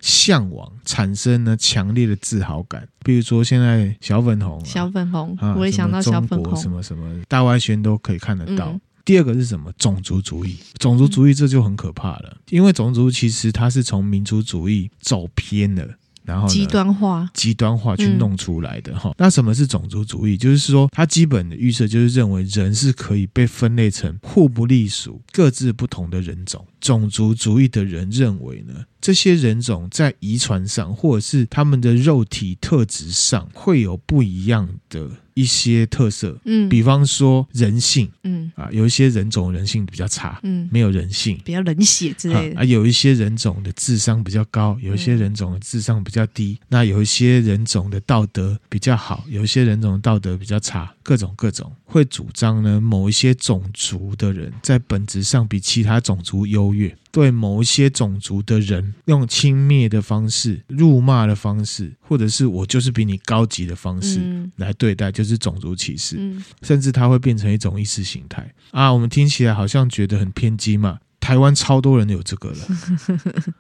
Speaker 1: 向往，产生呢强烈的自豪感。比如说现在小粉红、啊，
Speaker 2: 小粉红，
Speaker 1: 啊，
Speaker 2: 我也想到
Speaker 1: 什么
Speaker 2: 小粉
Speaker 1: 中国什
Speaker 2: 红，
Speaker 1: 么什么大外宣都可以看得到。
Speaker 2: 嗯
Speaker 1: 第二个是什么？种族主义，种族主义这就很可怕了，因为种族其实它是从民族主义走偏了，然后呢
Speaker 2: 极端化，
Speaker 1: 极端化去弄出来的哈、那什么是种族主义？就是说，它基本的预设就是认为人是可以被分类成互不隶属、各自不同的人种。种族主义的人认为呢，这些人种在遗传上或者是他们的肉体特质上会有不一样的一些特色，
Speaker 2: 嗯，
Speaker 1: 比方说人性
Speaker 2: 嗯
Speaker 1: 啊，有一些人种人性比较差，
Speaker 2: 嗯，
Speaker 1: 没有人性。
Speaker 2: 比较冷血之类
Speaker 1: 啊啊，
Speaker 2: 的，
Speaker 1: 有一些人种的智商比较高，有一些人种的智商比较低，那有一些人种的道德比较好，有一些人种的道德比较差，各种各种会主张呢，某一些种族的人在本质上比其他种族优越，对某一些种族的人用轻蔑的方式、辱骂的方式，或者是我就是比你高级的方式。
Speaker 2: 嗯
Speaker 1: 来对待就是种族歧视，
Speaker 2: 嗯
Speaker 1: 甚至它会变成一种意识形态啊。我们听起来好像觉得很偏激嘛，台湾超多人有这 个了，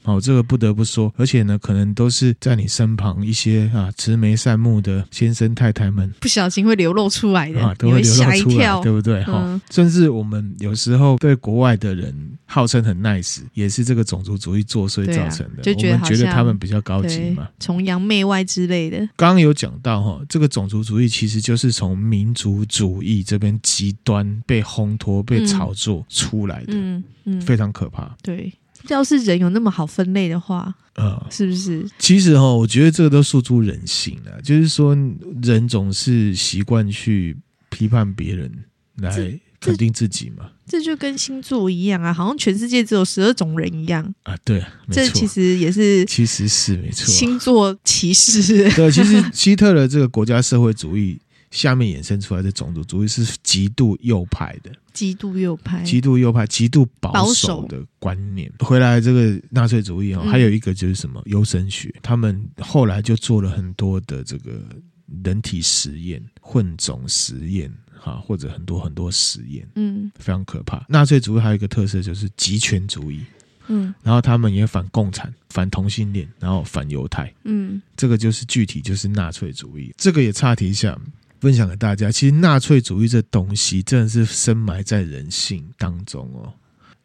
Speaker 1: 哦，这个不得不说，而且呢，可能都是在你身旁一些啊慈眉善目的先生太太们
Speaker 2: 不小心会流露出来的，
Speaker 1: 啊，都会
Speaker 2: 哎你会
Speaker 1: 流露
Speaker 2: 吓一
Speaker 1: 出来，
Speaker 2: 跳
Speaker 1: 对。不对？哈、
Speaker 2: 嗯
Speaker 1: 甚至我们有时候对国外的人号称很 nice，也是这个种族主义作祟
Speaker 2: 对
Speaker 1: 造
Speaker 2: 啊
Speaker 1: 成的，
Speaker 2: 就觉
Speaker 1: 我
Speaker 2: 得
Speaker 1: 们
Speaker 2: 好
Speaker 1: 觉得
Speaker 2: 像
Speaker 1: 他们比较高级
Speaker 2: 对
Speaker 1: 嘛。，
Speaker 2: 崇洋媚外之类的，
Speaker 1: 刚刚有讲到哈，这个种族主义其实就是从民族主义这边极端被烘托、被炒作出来的，
Speaker 2: 嗯嗯，
Speaker 1: 非常可怕。
Speaker 2: 对。要是人有那么好分类的话，
Speaker 1: 呃，
Speaker 2: 是不是？
Speaker 1: 其实哈，我觉得这个都诉诸人性啊，就是说人总是习惯去批判别人来肯定自己嘛。
Speaker 2: 这就跟星座一样啊，好像全世界只有十二种人一样。
Speaker 1: 啊，对啊，没
Speaker 2: 这
Speaker 1: 错
Speaker 2: 其，实也是
Speaker 1: 其实是没错啊、
Speaker 2: 星座歧视。
Speaker 1: 对，其实希特勒这个国家社会主义下面衍生出来的种族主义是极度右派的，
Speaker 2: 极度右派，
Speaker 1: 极度右派、极度保
Speaker 2: 哎保
Speaker 1: 守
Speaker 2: 守
Speaker 1: 的观念。回来这个纳粹主义哦，
Speaker 2: 嗯
Speaker 1: 还有一个就是什么优生学，他们后来就做了很多的这个人体实验、混种实验。哈，或者很多很多实验
Speaker 2: 嗯
Speaker 1: 非常可怕。纳粹主义还有一个特色就是极权主义，
Speaker 2: 嗯
Speaker 1: 然后他们也反共产、反同性恋，然后反犹太。
Speaker 2: 嗯，
Speaker 1: 这个就是具体就是纳粹主义。这个也岔题一下，分享给大家。其实纳粹主义这东西真的是深埋在人性当中哦。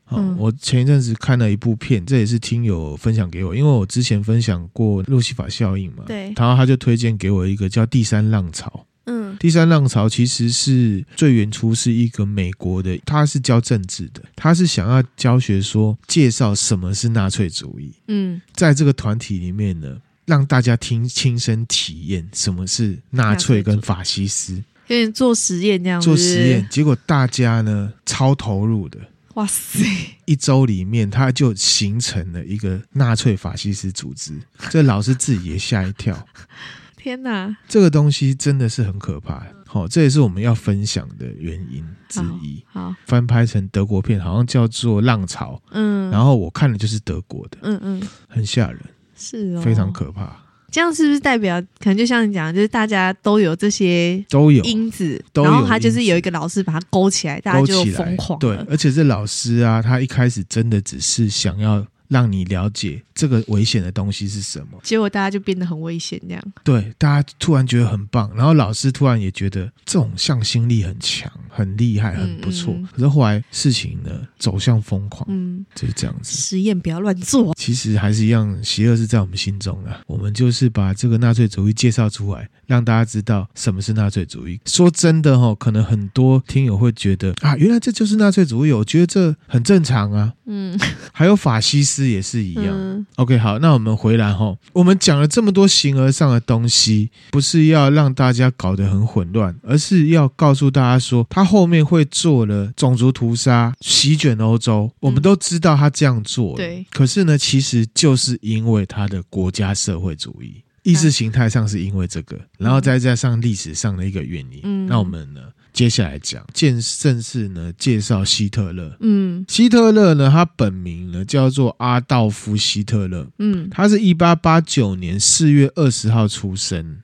Speaker 1: 好，
Speaker 2: 嗯
Speaker 1: 我前一阵子看了一部片，这也是听友分享给我，因为我之前分享过《路西法效应》嘛，
Speaker 2: 对
Speaker 1: 然后他就推荐给我一个叫《第三浪潮》。
Speaker 2: 嗯
Speaker 1: 第三浪潮其实是最原初是一个美国的，他是教政治的，他是想要教学说介绍什么是纳粹主义，
Speaker 2: 嗯，
Speaker 1: 在这个团体里面呢，让大家听亲身体验什么是纳粹跟法西斯
Speaker 2: 有点做实验这样子。
Speaker 1: 做实验，，结果大家呢超投入的。
Speaker 2: 哇塞，
Speaker 1: 一周里面，他就形成了一个纳粹法西斯组织，这老师自己也吓一跳。
Speaker 2: 天哪！
Speaker 1: 这个东西真的是很可怕，好、这也是我们要分享的原因之一。
Speaker 2: 好，
Speaker 1: 翻拍成德国片，好像叫做《浪潮》，
Speaker 2: 嗯，
Speaker 1: 然后我看的就是德国的，
Speaker 2: 嗯嗯，
Speaker 1: 很吓人，
Speaker 2: 是哦，
Speaker 1: 非常。可怕，
Speaker 2: 这样是不是代表，可能就像你讲的，就是大家都有这些
Speaker 1: 都有
Speaker 2: 因子，
Speaker 1: 都有
Speaker 2: 然后他就
Speaker 1: 因
Speaker 2: 是
Speaker 1: 子
Speaker 2: 有一个老师把它勾起来，大家
Speaker 1: 勾
Speaker 2: 就
Speaker 1: 起来，
Speaker 2: 疯狂
Speaker 1: 对
Speaker 2: 了，。
Speaker 1: 而且这老师啊，他一开始真的只是想要让你了解这个危险的东西是什么。
Speaker 2: 结果大家就变得很危险，这样。
Speaker 1: 对，大家突然觉得很棒，然后老师突然也觉得这种向心力很强、很厉害、很不错。
Speaker 2: 嗯嗯
Speaker 1: 可是后来事情呢走向疯狂，
Speaker 2: 嗯，
Speaker 1: 就是这样子。
Speaker 2: 实验不要乱做。
Speaker 1: 其实还是一样，邪恶是在我们心中的。我们就是把这个纳粹主义介绍出来，让大家知道什么是纳粹主义。说真的哈、哦，可能很多听友会觉得啊，原来这就是纳粹主义哦，我觉得这很正常啊。
Speaker 2: 嗯，
Speaker 1: 还有法西斯也是一样。
Speaker 2: 嗯
Speaker 1: OK，好，那我们回来哈，我们讲了这么多形而上的东西，不是要让大家搞得很混乱，而是要告诉大家说，他后面会做了种族屠杀，席卷欧洲，我们都知道他这样做了
Speaker 2: 嗯对
Speaker 1: 可是呢，其实就是因为他的国家社会主
Speaker 2: 嗯
Speaker 1: 义。意识形态上是因为这个，然后再加上历史上的一个原因。
Speaker 2: 嗯
Speaker 1: 那我们呢，接下来讲，见正式呢介绍希特勒。
Speaker 2: 嗯
Speaker 1: 希特勒呢，他本名呢叫做阿道夫·希特勒，
Speaker 2: 嗯，
Speaker 1: 他是一八八九年四月二十号出生，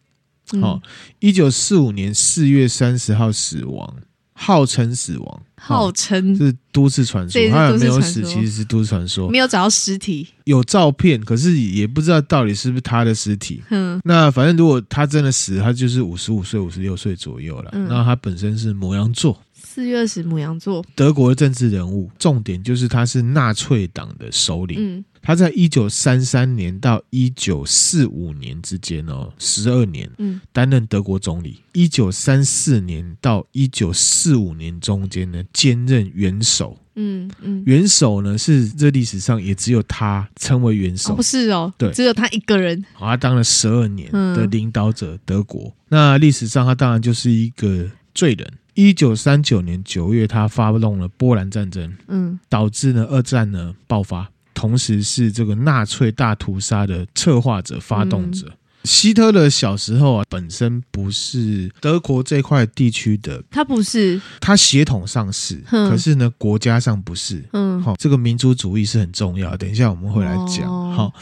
Speaker 2: 嗯
Speaker 1: 好、一九四五年四月三十号死亡，号称死亡，
Speaker 2: 号
Speaker 1: 哦
Speaker 2: 称
Speaker 1: 是都市传说
Speaker 2: 这也，是
Speaker 1: 他有
Speaker 2: 都市
Speaker 1: 没有
Speaker 2: 传
Speaker 1: 死
Speaker 2: 说
Speaker 1: 其实是都市传说
Speaker 2: 没，有找到尸体。
Speaker 1: 有照片，可是也不知道到底是不是他的尸体。
Speaker 2: 嗯
Speaker 1: 那反正如果他真的死，他就是五十五岁、五十六岁左右了。
Speaker 2: 嗯
Speaker 1: 那他本身是摩羊座，
Speaker 2: 四月二十母羊座，
Speaker 1: 德国的政治人物，重点就是他是纳粹党的首领。
Speaker 2: 嗯
Speaker 1: 他在一九三三年到一九四五年之间哦，十二年
Speaker 2: 嗯
Speaker 1: 担任德国总理。一九三四年到一九四五年中间呢，兼任元首。
Speaker 2: 嗯嗯，
Speaker 1: 元首呢是这历史上也只有他称为元
Speaker 2: 哦
Speaker 1: 首
Speaker 2: 不，是哦，
Speaker 1: 对
Speaker 2: 只有他一个人。
Speaker 1: 好他当了十二年
Speaker 2: 嗯
Speaker 1: 的领导者德国。那历史上他当然就是一个罪人。一九三九年九月，他发动了波兰战争。
Speaker 2: 嗯
Speaker 1: 导致呢二战呢爆发，同时是这个纳粹大屠杀的策划者、发动者。希特勒小时候啊，本身不是德国这块地区的，
Speaker 2: 他不是，
Speaker 1: 他血统上是，
Speaker 2: 嗯
Speaker 1: 可是呢国家上不是。
Speaker 2: 嗯
Speaker 1: 好、这个民族主义是很重要的。等一下我们会来讲。
Speaker 2: 哦
Speaker 1: 好、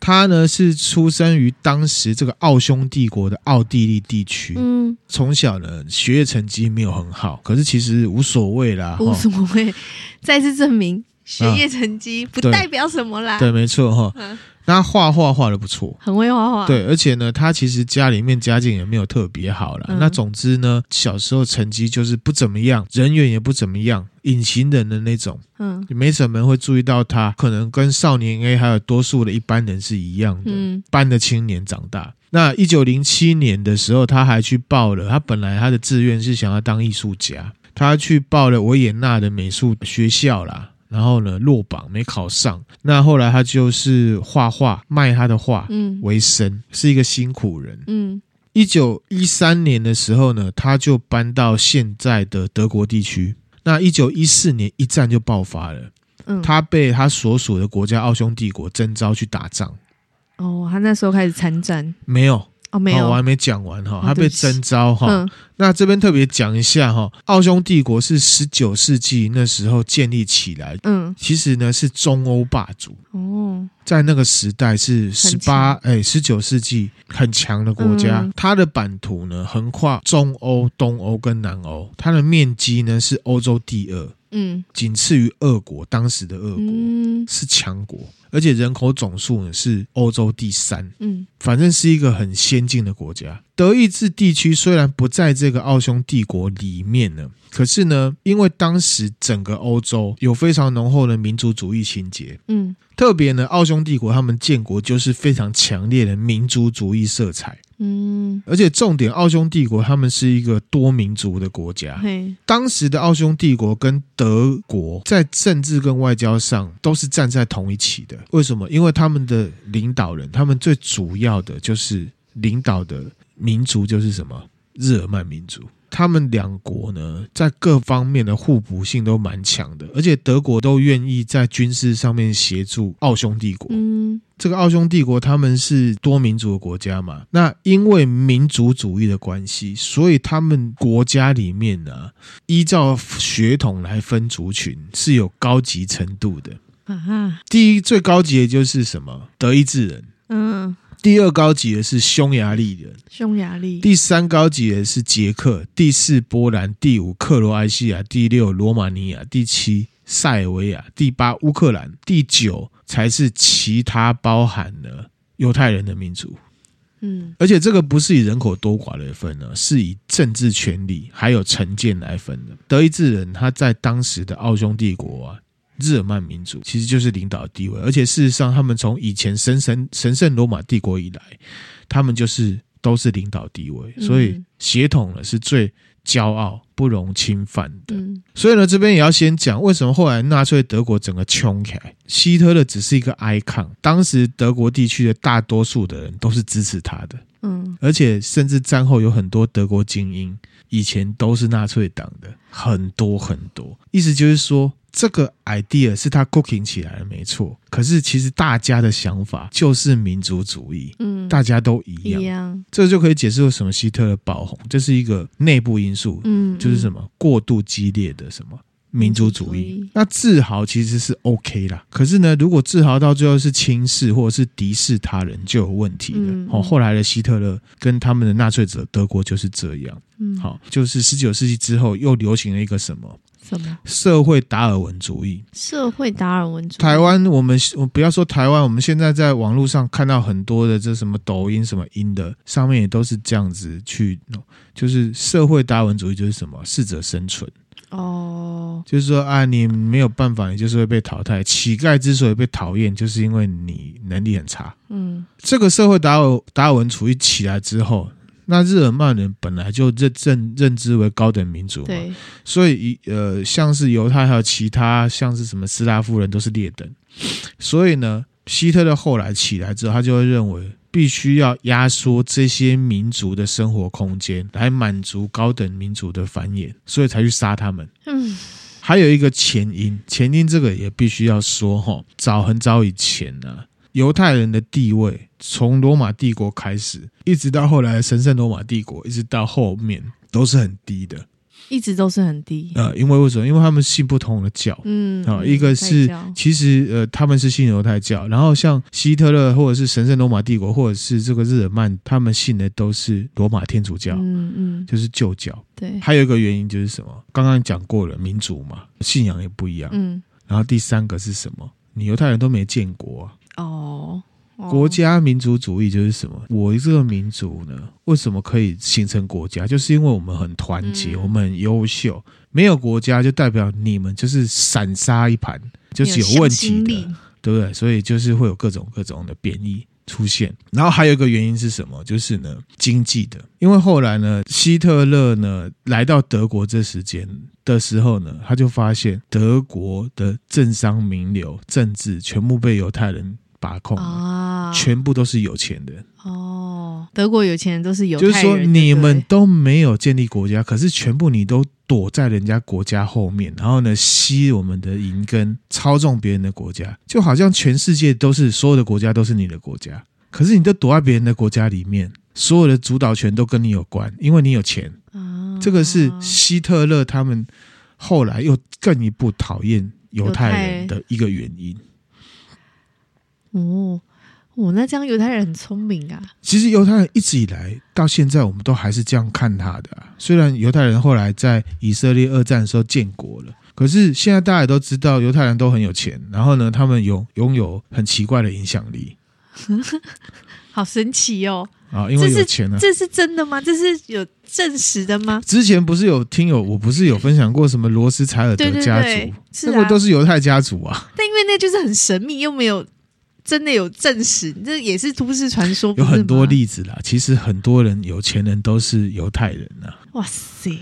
Speaker 1: 他呢是出生于当时这个奥匈帝国的奥地利地区，
Speaker 2: 嗯，
Speaker 1: 从小呢学业成绩没有很好，可是其实无所谓啦。
Speaker 2: 无
Speaker 1: 哈
Speaker 2: 所谓。再次证明，学业成绩不
Speaker 1: 啊对
Speaker 2: 代表什么啦。
Speaker 1: 对，没错哈、
Speaker 2: 啊嗯
Speaker 1: 那画画画的不错。
Speaker 2: 很会画画。，
Speaker 1: 对，而且呢，他其实家里面家境也没有特别好啦。
Speaker 2: 嗯
Speaker 1: 那总之呢，小时候成绩就是不怎么样，人缘也不怎么样，隐形人的那种，
Speaker 2: 嗯
Speaker 1: 没什么人会注意到他，可能跟少年 A 还有多数的一般人是一样的，
Speaker 2: 嗯
Speaker 1: 般的青年长大。那一九零七年的时候，他还去报了，他本来他的志愿是想要当艺术家，他去报了维也纳的美术学校啦。然后呢，落榜没考上。那后来他就是画画，卖他的画
Speaker 2: 嗯
Speaker 1: 为生，是一个辛苦人。
Speaker 2: 嗯
Speaker 1: 一九一三年的时候呢，他就搬到现在的德国地区。那一九一四年一战就爆发了，
Speaker 2: 嗯，
Speaker 1: 他被他所属的国家奥匈帝国征召去打仗。
Speaker 2: 哦，他那时候开始参战
Speaker 1: 没有，
Speaker 2: 哦，没有，
Speaker 1: 哦我还没讲完哈、他
Speaker 2: 对
Speaker 1: 被
Speaker 2: 不起
Speaker 1: 征召哈、
Speaker 2: 嗯
Speaker 1: 那这边特别讲一下哈、奥匈帝国是十九世纪那时候建立起来，
Speaker 2: 嗯
Speaker 1: 其实呢是中欧霸主，
Speaker 2: 哦
Speaker 1: 在那个时代是十八哎十九世纪很强的国家，
Speaker 2: 嗯
Speaker 1: 它的版图呢横跨中欧、东欧跟南欧，它的面积呢是欧洲第二，
Speaker 2: 嗯
Speaker 1: 仅次于俄国，当时的俄国、
Speaker 2: 嗯
Speaker 1: 是强国，而且人口总数呢是欧洲第三。
Speaker 2: 嗯
Speaker 1: 反正是一个很先进的国家。德意志地区虽然不在这个奥匈帝国里面呢，可是呢，因为当时整个欧洲有非常浓厚的民族主义情节，
Speaker 2: 嗯
Speaker 1: 特别呢，奥匈帝国他们建国就是非常强烈的民族主义色彩，
Speaker 2: 嗯，
Speaker 1: 而且重点，奥匈帝国他们是一个多民族的国家。
Speaker 2: 嘿，
Speaker 1: 当时的奥匈帝国跟德国在政治跟外交上都是站在同一起的。为什么？因为他们的领导人，他们最主要的就是领导的民族就是什么日耳曼民族。他们两国呢，在各方面的互补性都蛮强的，而且德国都愿意在军事上面协助奥匈帝国。
Speaker 2: 嗯
Speaker 1: 这个奥匈帝国他们是多民族的国家嘛，那因为民族主义的关系，所以他们国家里面呢、依照血统来分族群是有高级程度的。
Speaker 2: 啊，
Speaker 1: 第一最高级的就是什么德意志人，
Speaker 2: 嗯，
Speaker 1: 第二高级的是匈牙利人，
Speaker 2: 匈牙利，
Speaker 1: 第三高级的是捷克，第四波兰，第五克罗埃西亚，第六罗马尼亚，第七塞尔维亚，第八乌克兰，第九才是其他包含了犹太人的民族。
Speaker 2: 嗯
Speaker 1: 而且这个不是以人口多寡来分呢，是以政治权利还有成见来分的。德意志人他在当时的奥匈帝国啊。日耳曼民族其实就是领导地位，而且事实上，他们从以前神神神圣罗马帝国以来，他们就是都是领导地位，
Speaker 2: 嗯
Speaker 1: 所以血统呢是最骄傲、不容侵犯的。
Speaker 2: 嗯
Speaker 1: 所以呢，这边也要先讲为什么后来纳粹德国整个穷起来，希特勒只是一个 icon，当时德国地区的大多数的人都是支持他的，
Speaker 2: 嗯
Speaker 1: 而且甚至战后有很多德国精英以前都是纳粹党的，很多很多。意思就是说，这个 idea 是他 cooking 起来的，没错。可是其实大家的想法就是民族主义，
Speaker 2: 嗯，
Speaker 1: 大家都一样
Speaker 2: 一，样，
Speaker 1: 这就可以解释为什么希特勒爆红，这是一个内部因素，
Speaker 2: 嗯，
Speaker 1: 就是
Speaker 2: 么？
Speaker 1: 什么过度激烈的什么。民族主
Speaker 2: 民族主
Speaker 1: 义
Speaker 2: 义，
Speaker 1: 那自豪其实是 OK 啦。可是呢，如果自豪到最后是轻视或者是敌视他人，就有问题了。
Speaker 2: 嗯
Speaker 1: 哦，后来的希特勒跟他们的纳粹者德国就是这样。
Speaker 2: 嗯，
Speaker 1: 好、就是十九世纪之后又流行了一个什么
Speaker 2: 什么？
Speaker 1: 社会达尔文主义。
Speaker 2: 社会达尔文主义，
Speaker 1: 台湾，我们我不要说台湾，我们现在在网络上看到很多的这什么抖音、什么音的，上面也都是这样子去弄，就是社会达尔文主义就是什么适者生存，
Speaker 2: 哦，
Speaker 1: 就是说啊，你没有办法，你就是会被淘汰。乞丐之所以被讨厌，就是因为你能力很差。
Speaker 2: 嗯
Speaker 1: 这个社会达尔达尔文主义起来之后，那日耳曼人本来就认认认知为高等民族嘛，
Speaker 2: 对，
Speaker 1: 所以以呃，像是犹太还有其他像是什么斯拉夫人都是劣等，所以呢，希特勒后来起来之后，他就会认为必须要压缩这些民族的生活空间，来满足高等民族的繁衍，所以才去杀他们。
Speaker 2: 嗯
Speaker 1: 还有一个前因，前因这个也必须要说哈，早很早以前呢、犹太人的地位从罗马帝国开始，一直到后来的神圣罗马帝国，一直到后面都是很低的。
Speaker 2: 一直都是很低。
Speaker 1: 呃，因为为什么？因为他们信不同的教。
Speaker 2: 嗯，
Speaker 1: 啊，
Speaker 2: 嗯
Speaker 1: 一个是
Speaker 2: 在教
Speaker 1: 其实呃，他们是信犹太教，然后像希特勒或者是神圣罗马帝国或者是这个日耳曼，他们信的都是罗马天主教，
Speaker 2: 嗯嗯，
Speaker 1: 就是旧教。
Speaker 2: 对，
Speaker 1: 还有一个原因就是什么？刚刚讲过了，民族嘛，信仰也不一样。
Speaker 2: 嗯
Speaker 1: 然后第三个是什么？你犹太人都没建国、啊，
Speaker 2: 哦，哦
Speaker 1: 国家民族主义就是什么？我这个民族呢，为什么可以形成国家？就是因为我们很团结，
Speaker 2: 嗯
Speaker 1: 我们很优秀。没有国家，就代表你们就是散沙一盘，就是有问题
Speaker 2: 向心
Speaker 1: 的
Speaker 2: 力，
Speaker 1: 对不对？所以就是会有各种各种的贬义出现。然后还有一个原因是什么？就是呢，经济的，因为后来呢，希特勒呢来到德国这时间的时候呢，他就发现德国的政商名流、政治全部被犹太人把控了。
Speaker 2: 啊，
Speaker 1: 哦全部都是有钱人，
Speaker 2: 哦，德国有钱人都是犹太
Speaker 1: 就
Speaker 2: 人，
Speaker 1: 是说
Speaker 2: 对不
Speaker 1: 你
Speaker 2: 对
Speaker 1: 们都没有建立国家，可是全部你都躲在人家国家后面，然后呢吸我们的银根，操纵别人的国家，就好像全世界都是所有的国家都是你的国家，可是你都躲在别人的国家里面，所有的主导权都跟你有关，因为你有钱。
Speaker 2: 啊，
Speaker 1: 这个是希特勒他们后来又更一步讨厌犹太人
Speaker 2: 犹太
Speaker 1: 的一个原因。
Speaker 2: 哦，我那这样犹太人很聪明啊，
Speaker 1: 其实犹太人一直以来到现在，我们都还是这样看他的啊、虽然犹太人后来在以色列二战的时候建国了，可是现在大家也都知道，犹太人都很有钱，然后呢，他们有拥有很奇怪的影响力
Speaker 2: 好神奇哦！
Speaker 1: 啊，因为
Speaker 2: 这
Speaker 1: 有
Speaker 2: 是
Speaker 1: 钱啊。
Speaker 2: 这是真的吗？这是有证实的吗？
Speaker 1: 之前不是有听友，我不是有分享过什么罗斯柴尔德
Speaker 2: 对对
Speaker 1: 家族，
Speaker 2: 对，是
Speaker 1: 那
Speaker 2: 啊
Speaker 1: 个，都是犹太家族啊，
Speaker 2: 但因为那就是很神秘，又没有真的有证实，这也是都市传说，
Speaker 1: 有
Speaker 2: 不是
Speaker 1: 很多
Speaker 2: 吗。
Speaker 1: 例子啦。其实很多人有钱人都是犹太人啊。
Speaker 2: 哇塞，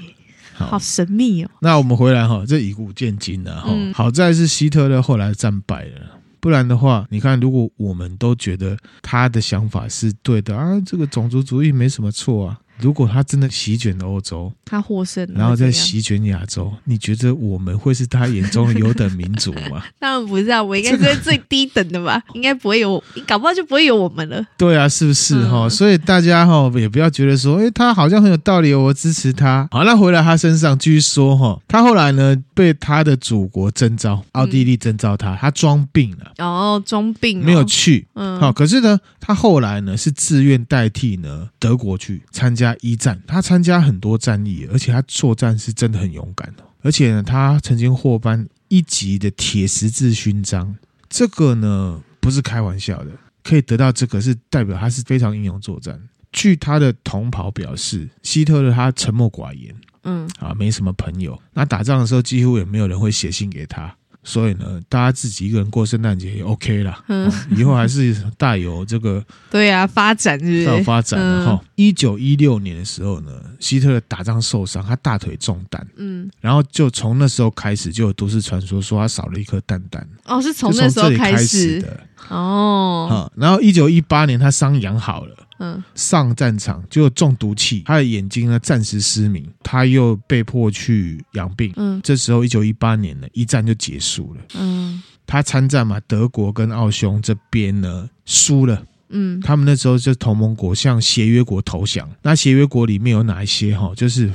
Speaker 1: 好
Speaker 2: 好神秘哦！
Speaker 1: 那我们回来哈，这以古见今啊了哈。
Speaker 2: 嗯
Speaker 1: 好在是希特勒后来战败了，不然的话，你看，如果我们都觉得他的想法是对的啊，这个种族主义没什么错啊。如果他真的席卷了欧洲，
Speaker 2: 他获胜了，
Speaker 1: 然后
Speaker 2: 这
Speaker 1: 再
Speaker 2: 样
Speaker 1: 席卷亚洲，你觉得我们会是他眼中的优等民族 吗？
Speaker 2: 当然不是啊，我应该是最低等的吧？应该不会有，搞不好就不会有我们了。
Speaker 1: 对啊，是不是哈？
Speaker 2: 嗯
Speaker 1: 所以大家哈也不要觉得说，诶，他好像很有道理哦，我支持他。好，那回来他身上继续说哈，他后来呢被他的祖国征召，奥地
Speaker 2: 嗯
Speaker 1: 利征召他，他装病了。
Speaker 2: 然后装病哦
Speaker 1: 没有，去。
Speaker 2: 嗯，
Speaker 1: 好、可是呢，他后来呢是自愿代替呢德国去参加一战，他参加很多战役，而且他作战是真的很勇敢哦。而且呢，他曾经获颁一级的铁十字勋章，这个呢不是开玩笑的，可以得到这个是代表他是非常英勇作战。据他的同袍表示，希特勒他沉默寡言，
Speaker 2: 嗯，
Speaker 1: 啊，没什么朋友。那打仗的时候，几乎也没有人会写信给他，所以呢，大家自己一个人过圣诞节也 OK 啦。
Speaker 2: 嗯
Speaker 1: 哦以后还是大有这个
Speaker 2: 对啊，发展是不是
Speaker 1: 大有发展的
Speaker 2: 嗯
Speaker 1: 哈。一九一六年的时候呢，希特勒打仗受伤，他大腿中弹，
Speaker 2: 嗯，
Speaker 1: 然后就从那时候开始就有都市传说说他少了一颗蛋蛋，
Speaker 2: 哦，是
Speaker 1: 就
Speaker 2: 从
Speaker 1: 从
Speaker 2: 那时
Speaker 1: 这
Speaker 2: 候
Speaker 1: 里开
Speaker 2: 始
Speaker 1: 的
Speaker 2: 哦，
Speaker 1: 哈。然后一九一八年他伤养好了。
Speaker 2: 嗯，
Speaker 1: 上战场就中毒气，他的眼睛呢暂时失明，他又被迫去养病。
Speaker 2: 嗯
Speaker 1: 这时候一九一八年呢，一战就结束了。
Speaker 2: 嗯
Speaker 1: 他参战嘛，德国跟奥匈这边呢输了，
Speaker 2: 嗯
Speaker 1: 他们那时候就同盟国向协约国投降。那协约国里面有哪一些哈？就是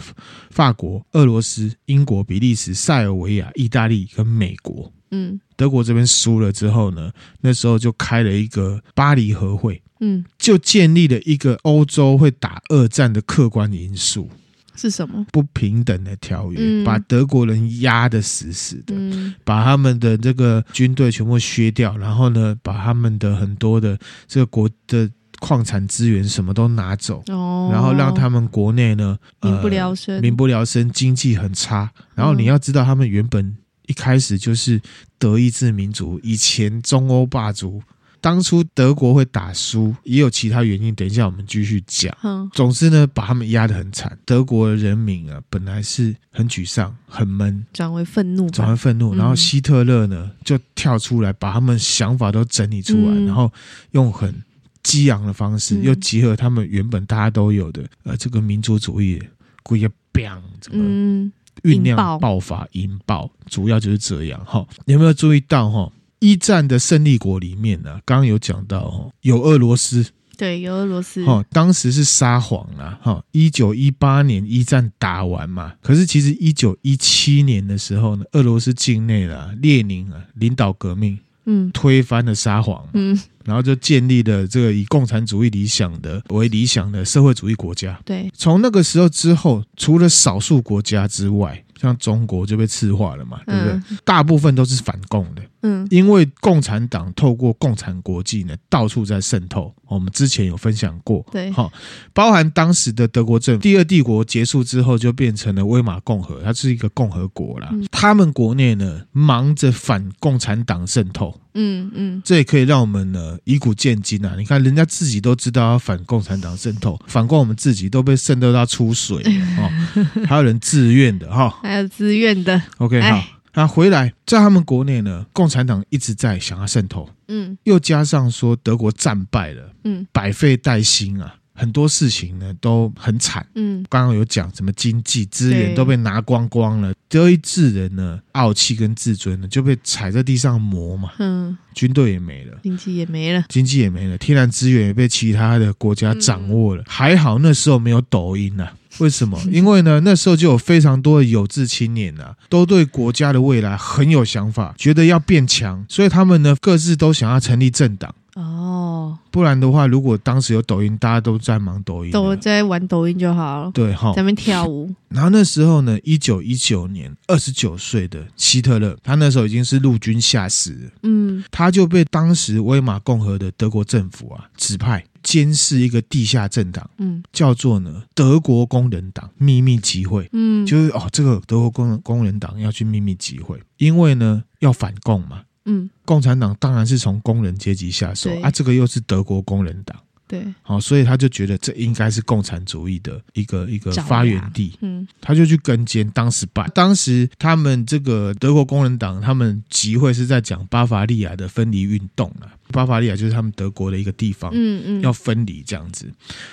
Speaker 1: 法国、俄罗斯、英国、比利时、塞尔维亚、意大利跟美国。
Speaker 2: 嗯
Speaker 1: 德国这边输了之后呢，那时候就开了一个巴黎和会，
Speaker 2: 嗯，
Speaker 1: 就建立了一个欧洲会打二战的客观因素，
Speaker 2: 是什么？
Speaker 1: 不平等的条约，
Speaker 2: 嗯
Speaker 1: 把德国人压得死死的，
Speaker 2: 嗯
Speaker 1: 把他们的这个军队全部削掉，然后呢，把他们的很多的这个国的矿产资源什么都拿走，
Speaker 2: 哦，
Speaker 1: 然后让他们国内呢、呃
Speaker 2: 民不聊生，
Speaker 1: 民不聊生，经济很差。然后你要知道，他们原本一开始就是德意志民族，以前中欧霸族。当初德国会打输，也有其他原因，等一下我们继续讲。
Speaker 2: 嗯
Speaker 1: 总之呢，把他们压得很惨。德国人民啊，本来是很沮丧、很闷，
Speaker 2: 转为愤怒吧，
Speaker 1: 转而愤怒。
Speaker 2: 嗯
Speaker 1: 然后希特勒呢，就跳出来，把他们想法都整理出来，
Speaker 2: 嗯
Speaker 1: 然后用很激昂的方式，
Speaker 2: 嗯
Speaker 1: 又结合他们原本大家都有的呃这个民族主义，故意 bang 怎么
Speaker 2: 嗯
Speaker 1: 酝酿
Speaker 2: 引爆
Speaker 1: 爆发引爆，主要就是这样哈。你有没有注意到哈？一战的胜利国里面呢、刚刚有讲到哈，有俄罗斯，
Speaker 2: 对，有俄罗斯，
Speaker 1: 哦，当时是撒谎啦，哈、哦，一九一八年一战打完嘛，可是其实一九一七年的时候呢，俄罗斯境内啦，列宁啊领导革命，
Speaker 2: 嗯
Speaker 1: 推翻了撒谎嘛，
Speaker 2: 嗯，
Speaker 1: 然后就建立了这个以共产主义理想的为理想的社会主义国家。
Speaker 2: 对，
Speaker 1: 从那个时候之后，除了少数国家之外，像中国就被赤化了嘛，对不对？
Speaker 2: 嗯
Speaker 1: 大部分都是反共的，
Speaker 2: 嗯
Speaker 1: 因为共产党透过共产国际呢，到处在渗透。我们之前有分享过，
Speaker 2: 对
Speaker 1: 好，包含当时的德国政府，第二帝国结束之后就变成了威玛共和，它是一个共和国
Speaker 2: 嗯
Speaker 1: 啦。他们国内呢，忙着反共产党渗透，
Speaker 2: 嗯嗯，
Speaker 1: 这也可以让我们呢以古见今啊！你看，人家自己都知道要反共产党渗透，反观我们自己都被渗透到出水 了哦，还有人自愿的哈、
Speaker 2: 还有自愿的，
Speaker 1: OK，
Speaker 2: 哎
Speaker 1: 好，那回来在他们国内呢，共产党一直在想要渗透，
Speaker 2: 嗯
Speaker 1: 又加上说德国战败了，
Speaker 2: 嗯，
Speaker 1: 百废待兴啊，很多事情呢都很惨。
Speaker 2: 嗯
Speaker 1: 刚刚有讲什么经济资源
Speaker 2: 对
Speaker 1: 都被拿光光了，德意志人呢傲气跟自尊呢就被踩在地上磨嘛，
Speaker 2: 嗯，
Speaker 1: 军队也没了。
Speaker 2: 经济也没了，
Speaker 1: 经济也没了，天然资源也被其他的国家掌握
Speaker 2: 嗯
Speaker 1: 了。还好那时候没有抖音啊。为什么？ 因为呢，那时候就有非常多的有志青年啊，都对国家的未来很有想法，觉得要变强，所以他们呢各自都想要成立政党。
Speaker 2: 哦，
Speaker 1: 不然的话，如果当时有抖音，大家都在忙抖音了，哦
Speaker 2: 抖在玩抖音就好了，
Speaker 1: 对哈
Speaker 2: 在那。边跳 舞，
Speaker 1: 然后那时候呢，一九一九年，二十九岁的希特勒，他那时候已经是陆军下士了。
Speaker 2: 嗯
Speaker 1: 他就被当时威玛共和的德国政府啊指派监视一个地下政党，
Speaker 2: 嗯
Speaker 1: 叫做呢德国工人党秘密集会。
Speaker 2: 嗯，
Speaker 1: 就是哦，这个德国工人工人党要去秘密集会，因为呢要反共嘛。
Speaker 2: 嗯
Speaker 1: 共产党当然是从工人阶级下手
Speaker 2: 对
Speaker 1: 啊，这个又是德国工人党，
Speaker 2: 对，
Speaker 1: 好、所以他就觉得这应该是共产主义的一个一个
Speaker 2: 爪牙
Speaker 1: 发源地。
Speaker 2: 嗯
Speaker 1: 他就去跟监当时办。当时他们这个德国工人党，他们集会是在讲巴伐利亚的分离运动啊，巴伐利亚就是他们德国的一个地方，
Speaker 2: 嗯嗯，
Speaker 1: 要分离这样子。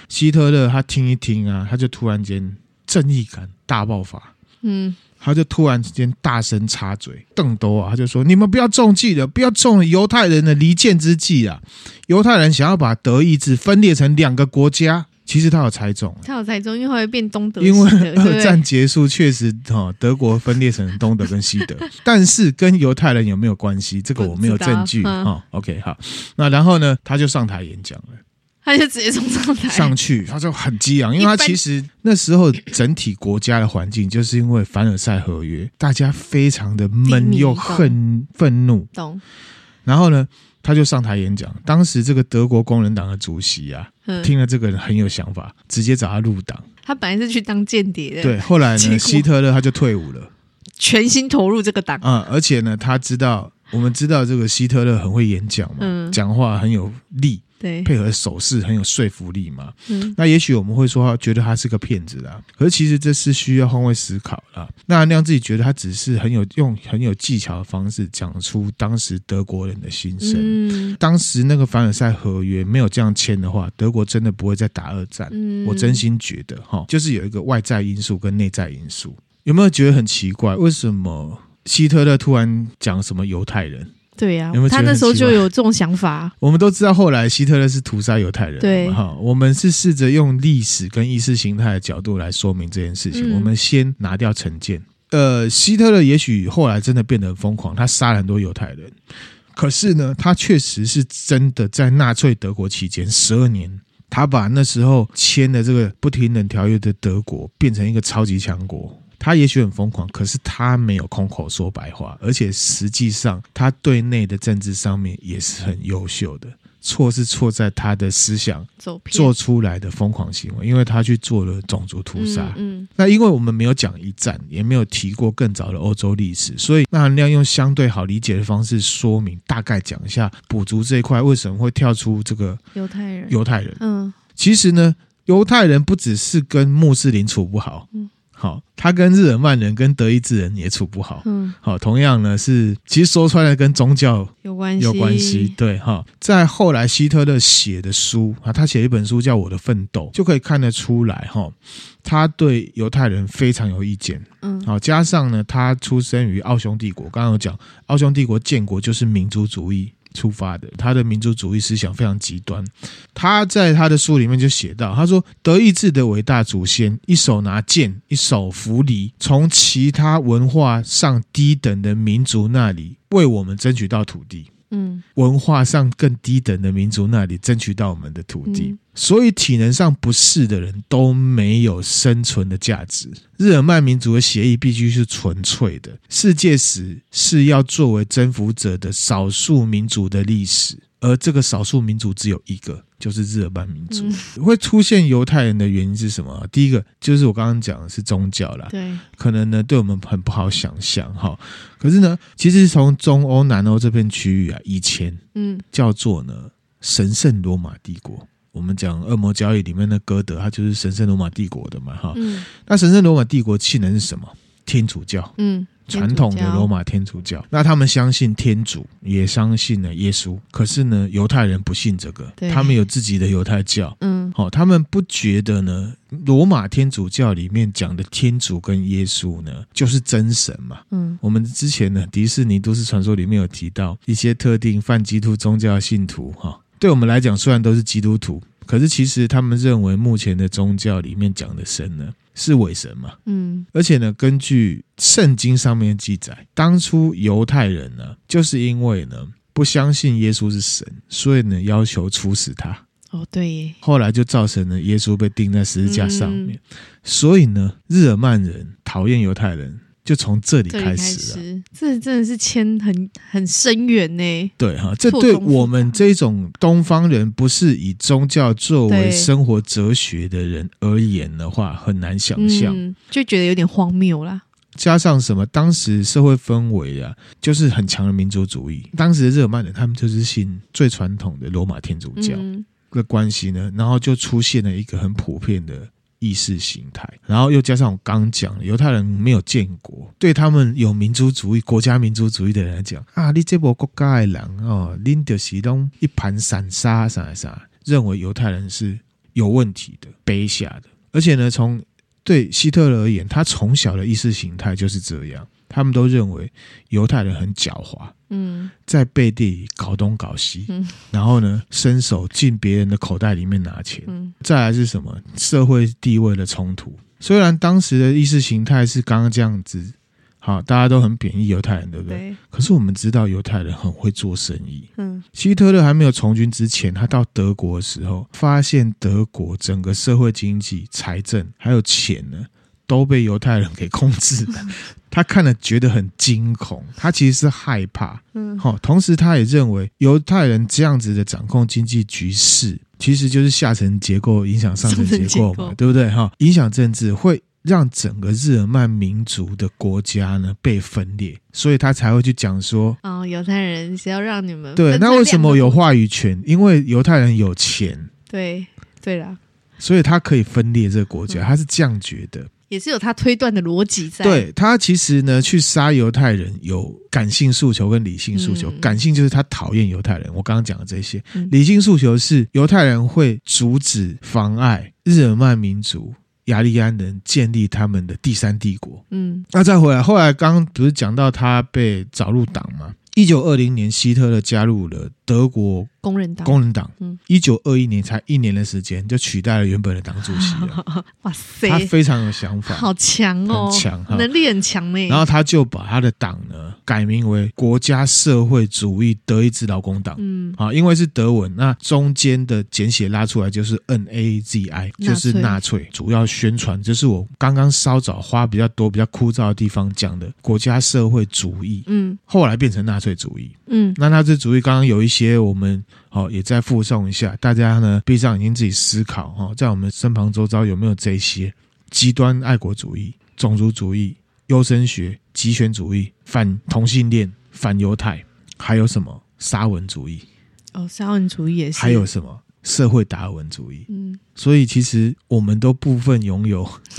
Speaker 1: 希特勒他听一听啊，他就突然间正义感大爆发。
Speaker 2: 嗯
Speaker 1: 他就突然之间大声插嘴，邓兜啊，他就说：“你们不要中计了，不要中了犹太人的离间之计啊！犹太人想要把德意志分裂成两个国家，其实他有猜中，啊
Speaker 2: 他有猜中，因为会变东德西德，
Speaker 1: 因为
Speaker 2: 对不
Speaker 1: 二
Speaker 2: 对
Speaker 1: 战结束，确实哈、哦，德国分裂成东德跟西 德，但是跟犹太人有没有关系，这个我没有证据
Speaker 2: 不知道嗯
Speaker 1: 哦。OK，好，那然后呢，他就上台演讲了，
Speaker 2: 他就直接冲上台，
Speaker 1: 上去他就很激昂，因为他
Speaker 2: 一般
Speaker 1: 其实那时候整体国家的环境，就是因为凡尔赛合约，大家非常的闷
Speaker 2: 低迷
Speaker 1: 又
Speaker 2: 懂
Speaker 1: 恨愤怒，
Speaker 2: 懂？
Speaker 1: 然后呢，他就上台演讲。当时这个德国工人党的主席啊，
Speaker 2: 嗯，
Speaker 1: 听了这个人很有想法，直接找他入党。
Speaker 2: 他本来是去当间谍的，
Speaker 1: 对，，后 来
Speaker 2: 结
Speaker 1: 呢，
Speaker 2: 果
Speaker 1: 希特勒他就退伍 了。
Speaker 2: 全心投入这个党，
Speaker 1: 啊、而且呢，他知道我们知道这个希特勒很会演讲嘛，
Speaker 2: 嗯
Speaker 1: 讲话很有力，
Speaker 2: 对，
Speaker 1: 配合手势很有说服力嘛。
Speaker 2: 嗯
Speaker 1: 那也许我们会说他觉得他是个骗子啦，可是其实这是需要换位思考啦。那那样自己觉得他只是很有用很有技巧的方式讲出当时德国人的心声。
Speaker 2: 嗯
Speaker 1: 当时那个凡尔赛合约没有这样签的话，德国真的不会再打二战。
Speaker 2: 嗯，
Speaker 1: 我真心觉得哈，就是有一个外在因素跟内在因素。有没有觉得很奇怪？为什么希特勒突然讲什么犹太人？
Speaker 2: 对呀、
Speaker 1: 有没有觉
Speaker 2: 他
Speaker 1: 得
Speaker 2: 那
Speaker 1: 很
Speaker 2: 时候
Speaker 1: 奇
Speaker 2: 就
Speaker 1: 怪
Speaker 2: 有这种想法，
Speaker 1: 我们都知道，后来希特勒是屠杀犹太人，
Speaker 2: 对
Speaker 1: 哈，我们是试着用历史跟意识形态的角度来说明这件事情。
Speaker 2: 嗯
Speaker 1: 我们先拿掉成见，呃，希特勒也许后来真的变得很疯狂，他杀了很多犹太人，可是呢，他确实是真的在纳粹德国期间十二年。他把那时候签的这个不平等条约的德国变成一个超级强国。他也许很疯狂，可是他没有空口说白话，而且实际上他对内的政治上面也是很优秀的。错是错在他的思想
Speaker 2: 走偏
Speaker 1: 做出来的疯狂行为，因为他去做了种族屠杀。
Speaker 2: 嗯
Speaker 1: 那因为我们没有讲一战，也没有提过更早的欧洲历史，所以那含量用相对好理解的方式说明，大概讲一下补足这一块为什么会跳出这个
Speaker 2: 嗯，犹太人，
Speaker 1: 犹太人。
Speaker 2: 嗯
Speaker 1: 其实呢，犹太人不只是跟穆斯林处不好，
Speaker 2: 嗯
Speaker 1: 好，他跟日耳曼人、跟德意志人也处不好。
Speaker 2: 嗯，
Speaker 1: 好，同样呢是，其实说穿了跟宗教
Speaker 2: 有关系，
Speaker 1: 有关系，，对哈。在后来希特勒写的书啊，他写一本书叫《我的奋斗》，就可以看得出来哈，他对犹太人非常有意见。
Speaker 2: 嗯
Speaker 1: 好，加上呢，他出生于奥匈帝国，刚刚有讲，奥匈帝国建国就是民族主义出发的，他的民族主义思想非常极端。他在他的书里面就写到，他说德意志的伟大祖先，一手拿剑，一手扶犁，从其他文化上低等的民族那里为我们争取到土地。
Speaker 2: 嗯
Speaker 1: 文化上更低等的民族那里争取到我们的土地，
Speaker 2: 嗯
Speaker 1: 所以体能上不适的人都没有生存的价值。日耳曼民族的协议必须是纯粹的，世界史是要作为征服者的少数民族的历史，而这个少数民族只有一个，就是日耳曼
Speaker 2: 嗯
Speaker 1: 民族。会出现犹太人的原因是什么啊？第一个就是我刚刚讲的是宗教啦，
Speaker 2: 对，
Speaker 1: 可能呢对我们很不好想象哈。可是呢，其实从中欧、南欧这片区域啊，以前
Speaker 2: 嗯
Speaker 1: 叫做呢神圣罗马帝国。我们讲《恶魔交易》里面的歌德，他就是神圣罗马帝国的嘛哈。
Speaker 2: 嗯
Speaker 1: 那神圣罗马帝国信的是什么？天主教，
Speaker 2: 嗯，
Speaker 1: 传统的罗
Speaker 2: 马，
Speaker 1: 马天主教。那他们相信天主，也相信了耶稣。可是呢，犹太人不信这个
Speaker 2: 对，
Speaker 1: 他们有自己的犹太教。
Speaker 2: 嗯
Speaker 1: 好、他们不觉得呢，罗马天主教里面讲的天主跟耶稣呢，就是真神嘛。
Speaker 2: 嗯
Speaker 1: 我们之前呢，迪士尼都市传说里面有提到一些特定泛基督宗教信徒哈、对我们来讲虽然都是基督徒，可是其实他们认为目前的宗教里面讲的神呢是伪神嘛，
Speaker 2: 嗯
Speaker 1: 而且呢，根据圣经上面记载，当初犹太人呢就是因为呢不相信耶稣是神，所以呢要求处死他。
Speaker 2: 哦对耶，
Speaker 1: 后来就造成了耶稣被钉在十字架上面。
Speaker 2: 嗯
Speaker 1: 所以呢，日耳曼人讨厌犹太人，就从这里
Speaker 2: 这里开
Speaker 1: 开始了。啊
Speaker 2: 始，这真的是牵很很深远呢。
Speaker 1: 对哈，这
Speaker 2: 错
Speaker 1: 对
Speaker 2: 综复杂
Speaker 1: 我们这种东方人不是以宗教作为
Speaker 2: 对
Speaker 1: 生活哲学的人而言的话，很难想象。
Speaker 2: 嗯，就觉得有点荒谬啦。
Speaker 1: 加上什么，当时社会氛围啊，就是很强的民族主义。当时的日耳曼人他们就是信最传统的罗马天主教。
Speaker 2: 嗯
Speaker 1: 的关系呢，然后就出现了一个很普遍的意识形态，然后又加上我刚讲的，犹太人没有建国，对他们有民族主义、国家民族主义的人来讲啊，你这波国家的人哦，拎着西东一盘散沙啥啥，认为犹太人是有问题的、卑下的，而且呢，从对希特勒而言，他从小的意识形态就是这样，他们都认为犹太人很狡猾，
Speaker 2: 嗯
Speaker 1: 在背地里搞东搞西，
Speaker 2: 嗯
Speaker 1: 然后呢，伸手进别人的口袋里面拿钱。
Speaker 2: 嗯
Speaker 1: 再来是什么？社会地位的冲突。虽然当时的意识形态是刚刚这样子，好，大家都很贬义犹太人，对不对？
Speaker 2: 对，
Speaker 1: 可是我们知道犹太人很会做生意。
Speaker 2: 嗯
Speaker 1: 希特勒还没有从军之前，他到德国的时候，发现德国整个社会经济、财政还有钱呢，都被犹太人给控制 了。他看了觉得很惊恐，他其实是害怕。
Speaker 2: 嗯
Speaker 1: 好，同时他也认为犹太人这样子的掌控经济局势，其实就是下层结构影响上层结构
Speaker 2: 上层结
Speaker 1: 嘛
Speaker 2: 构，
Speaker 1: 对不对？哈，影响政治会。让整个日耳曼民族的国家呢被分裂，所以他才会去讲说，
Speaker 2: 哦，犹太人是要让你们
Speaker 1: 对，
Speaker 2: 呃分
Speaker 1: 那
Speaker 2: 成
Speaker 1: 为什
Speaker 2: 两
Speaker 1: 么
Speaker 2: 个
Speaker 1: 有
Speaker 2: 国
Speaker 1: 话语权？因为犹太人有钱，
Speaker 2: 对对啦，
Speaker 1: 所以他可以分裂这个国
Speaker 2: 嗯
Speaker 1: 家，他是这样觉得。
Speaker 2: 也是有他推断的逻辑在。
Speaker 1: 对他其实呢，去杀犹太人有感性诉求跟理性诉求。
Speaker 2: 嗯
Speaker 1: 感性就是他讨厌犹太人，我刚刚讲的这些；
Speaker 2: 嗯
Speaker 1: 理性诉求是犹太人会阻止、妨碍日耳曼民族。雅利安人建立他们的第三帝国。
Speaker 2: 嗯
Speaker 1: 那再回来，后来刚刚不是讲到他被找入党吗？一九二零年，希特勒加入了德国
Speaker 2: 工人党，
Speaker 1: 工人党
Speaker 2: 嗯。
Speaker 1: 一九二一年才一年的时间，就取代了原本的党主席 了。
Speaker 2: 哇塞，
Speaker 1: 他非常有想法，
Speaker 2: 好强哦，
Speaker 1: 很强哈
Speaker 2: 能力很强呢。
Speaker 1: 然后他就把他的党呢改名为国家社会主义德意志劳工党。
Speaker 2: 嗯
Speaker 1: 啊，因为是德文，那中间的简写拉出来就是 N A Z I，就是纳粹。主要宣传就是我刚刚稍早花比较多、比较枯燥的地方讲的国家社会主义，
Speaker 2: 嗯
Speaker 1: 后来变成纳粹主义。
Speaker 2: 嗯
Speaker 1: 那纳粹主义刚刚有一些我们哦也再附送一下，大家呢闭上眼睛自己思考哦，在我们身旁周遭有没有这些极端爱国主义、种族主义、优生学、极权主义、反同性恋、反犹太，还有什么沙文主义，
Speaker 2: 哦，沙文主义也是，
Speaker 1: 还有什么社会达尔文主义？
Speaker 2: 嗯
Speaker 1: 所以其实我们都部分拥有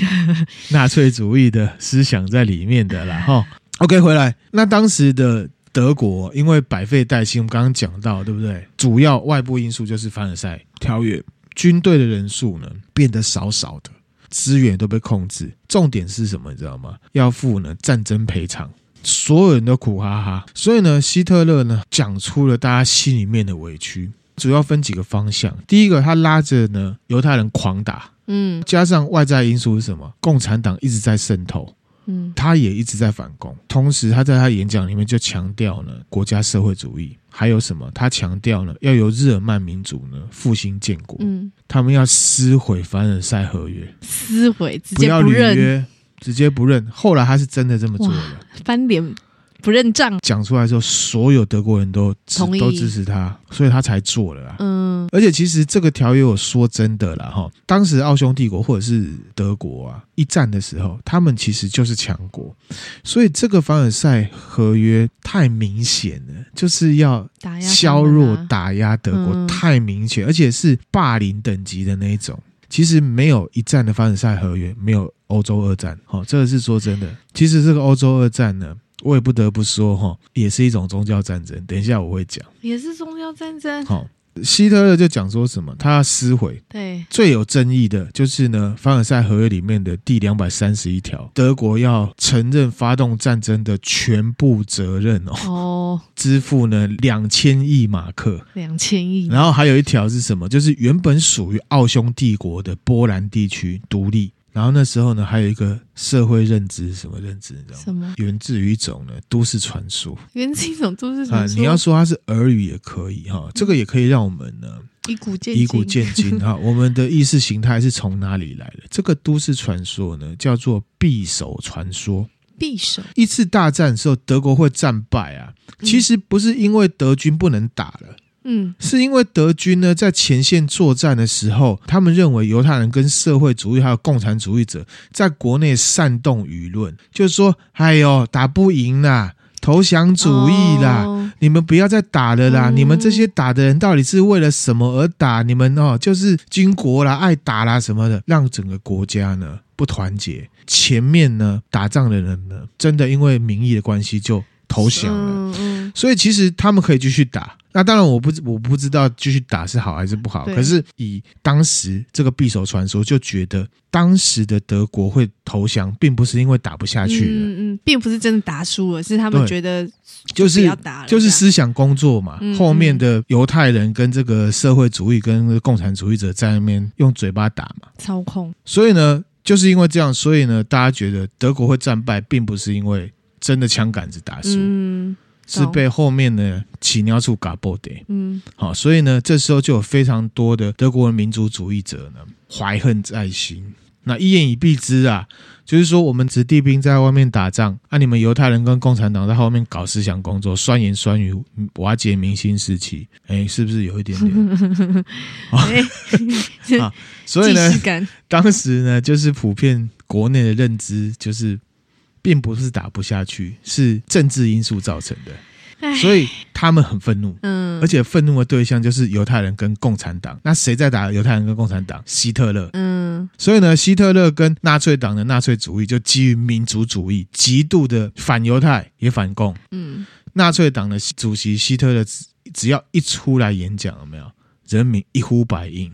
Speaker 1: 纳粹主义的思想在里面的啦。哈，OK，回来，那当时的德国因为百废待兴，我们刚刚讲到，对不对？主要外部因素就是凡尔赛条约，军队的人数呢变得少少的，资源都被控制。重点是什么？你知道吗？要付呢战争赔偿。所有人都苦哈哈，所以呢，希特勒呢讲出了大家心里面的委屈，主要分几个方向。第一个，他拉着呢犹太人狂打，
Speaker 2: 嗯
Speaker 1: 加上外在因素是什么？共产党一直在渗透，
Speaker 2: 嗯
Speaker 1: 他也一直在反攻，同时他在他演讲里面就强调了国家社会主义，还有什么？他强调了要由日耳曼民族呢复兴建国，
Speaker 2: 嗯，
Speaker 1: 他们要撕毁凡尔赛合约，
Speaker 2: 撕毁直
Speaker 1: 不
Speaker 2: 接
Speaker 1: 要
Speaker 2: 不
Speaker 1: 履
Speaker 2: 认，
Speaker 1: 约，直接不认。后来他是真的这么做
Speaker 2: 哇
Speaker 1: 了。
Speaker 2: 翻脸不认账，
Speaker 1: 讲出来之后，所有德国人都支
Speaker 2: 同意
Speaker 1: 都支持他，所以他才做了啊。
Speaker 2: 嗯
Speaker 1: 而且其实这个条约，我说真的啦，哈，当时奥匈帝国或者是德国啊，一战的时候，他们其实就是强国，所以这个凡尔赛合约太明显了，就是要
Speaker 2: 打压他们啊
Speaker 1: 削弱、打压德国，
Speaker 2: 嗯
Speaker 1: 太明显，而且是霸凌等级的那一种。其实没有一战的凡尔赛合约，没有欧洲二战，好、这个是说真的。其实这个欧洲二战呢，我也不得不说哈、也是一种宗教战争。等一下我会 讲。
Speaker 2: 也是宗教战争，
Speaker 1: 好、希特勒就讲说什么，他要撕毁。
Speaker 2: 对，
Speaker 1: 最有争议的就是呢，凡尔赛合约里面的第两百三十一条，德国要承认发动战争的全部责任哦，
Speaker 2: 哦，
Speaker 1: 支付呢两千亿马克。
Speaker 2: 两千亿，
Speaker 1: 然后还有一条是什么？就是原本属于奥匈帝国的波兰地区独立。然后那时候呢，还有一个社会认知，什么认知？你知道吗？
Speaker 2: 什么
Speaker 1: 源自于一种呢都市传说
Speaker 2: 原是一种都市
Speaker 1: 啊
Speaker 2: 传，说，嗯
Speaker 1: 你要说它是俄语也可以哈、这个也可以让我们呢
Speaker 2: 以古见
Speaker 1: 以古
Speaker 2: 今
Speaker 1: 见今 哈、我们的意识形态是从哪里来的？这个都市传说呢叫做匕首传说。
Speaker 2: 匕首，
Speaker 1: 一次大战的时候，德国会战败啊，其实不是因为德军不能打了，
Speaker 2: 嗯
Speaker 1: 是因为德军呢在前线作战的时候，他们认为犹太人跟社会主义还有共产主义者在国内煽动舆论，就是说，哎呦，打不赢啦，投降主义啦。
Speaker 2: 哦
Speaker 1: 你们不要再打了啦！
Speaker 2: 嗯
Speaker 1: 你们这些打的人到底是为了什么而打？你们哦，就是军国啦、爱打啦什么的，让整个国家呢不团结。前面呢打仗的人呢，真的因为民意的关系就投降了。
Speaker 2: 嗯嗯，
Speaker 1: 所以其实他们可以继续打。那当然，我不我不知道继续打是好还是不好。
Speaker 2: 对
Speaker 1: 可是以当时这个匕首传说，就觉得当时的德国会投降，并不是因为打不下去了，
Speaker 2: 嗯嗯嗯，并不是真的打输了，是他们
Speaker 1: 对
Speaker 2: 觉得
Speaker 1: 就
Speaker 2: 不
Speaker 1: 是
Speaker 2: 要打了
Speaker 1: 就是
Speaker 2: 这样
Speaker 1: 思想工作嘛。
Speaker 2: 嗯
Speaker 1: 后面的犹太人跟这个社会主义跟共产主义者在那边用嘴巴打嘛。
Speaker 2: 操控，
Speaker 1: 所以呢，就是因为这样，所以呢，大家觉得德国会战败，并不是因为真的枪杆子打输，
Speaker 2: 嗯
Speaker 1: 是被后面的起尿处嘎爆的。
Speaker 2: 嗯，
Speaker 1: 好，所以呢，这时候就有非常多的德国民族主义者呢怀恨在心。那一言以蔽之啊，就是说我们子弟兵在外面打仗，啊，你们犹太人跟共产党在后面搞思想工作，酸言酸语，瓦解民心士气，哎，是不是有一点点？ 啊
Speaker 2: 哎，
Speaker 1: 所以呢
Speaker 2: 既，视感，
Speaker 1: 当时呢，就是普遍国内的认知就是，并不是打不下去，是政治因素造成的，
Speaker 2: 哎
Speaker 1: 所以他们很愤怒。
Speaker 2: 嗯，
Speaker 1: 而且愤怒的对象就是犹太人跟共产党。那谁在打犹太人跟共产党？希特勒。
Speaker 2: 嗯
Speaker 1: 所以呢，希特勒跟纳粹党的纳粹主义就基于民族主义，极度的反犹太也反共。
Speaker 2: 嗯，
Speaker 1: 纳粹党的主席希特勒只只要一出来演讲，有没有人民一呼百应？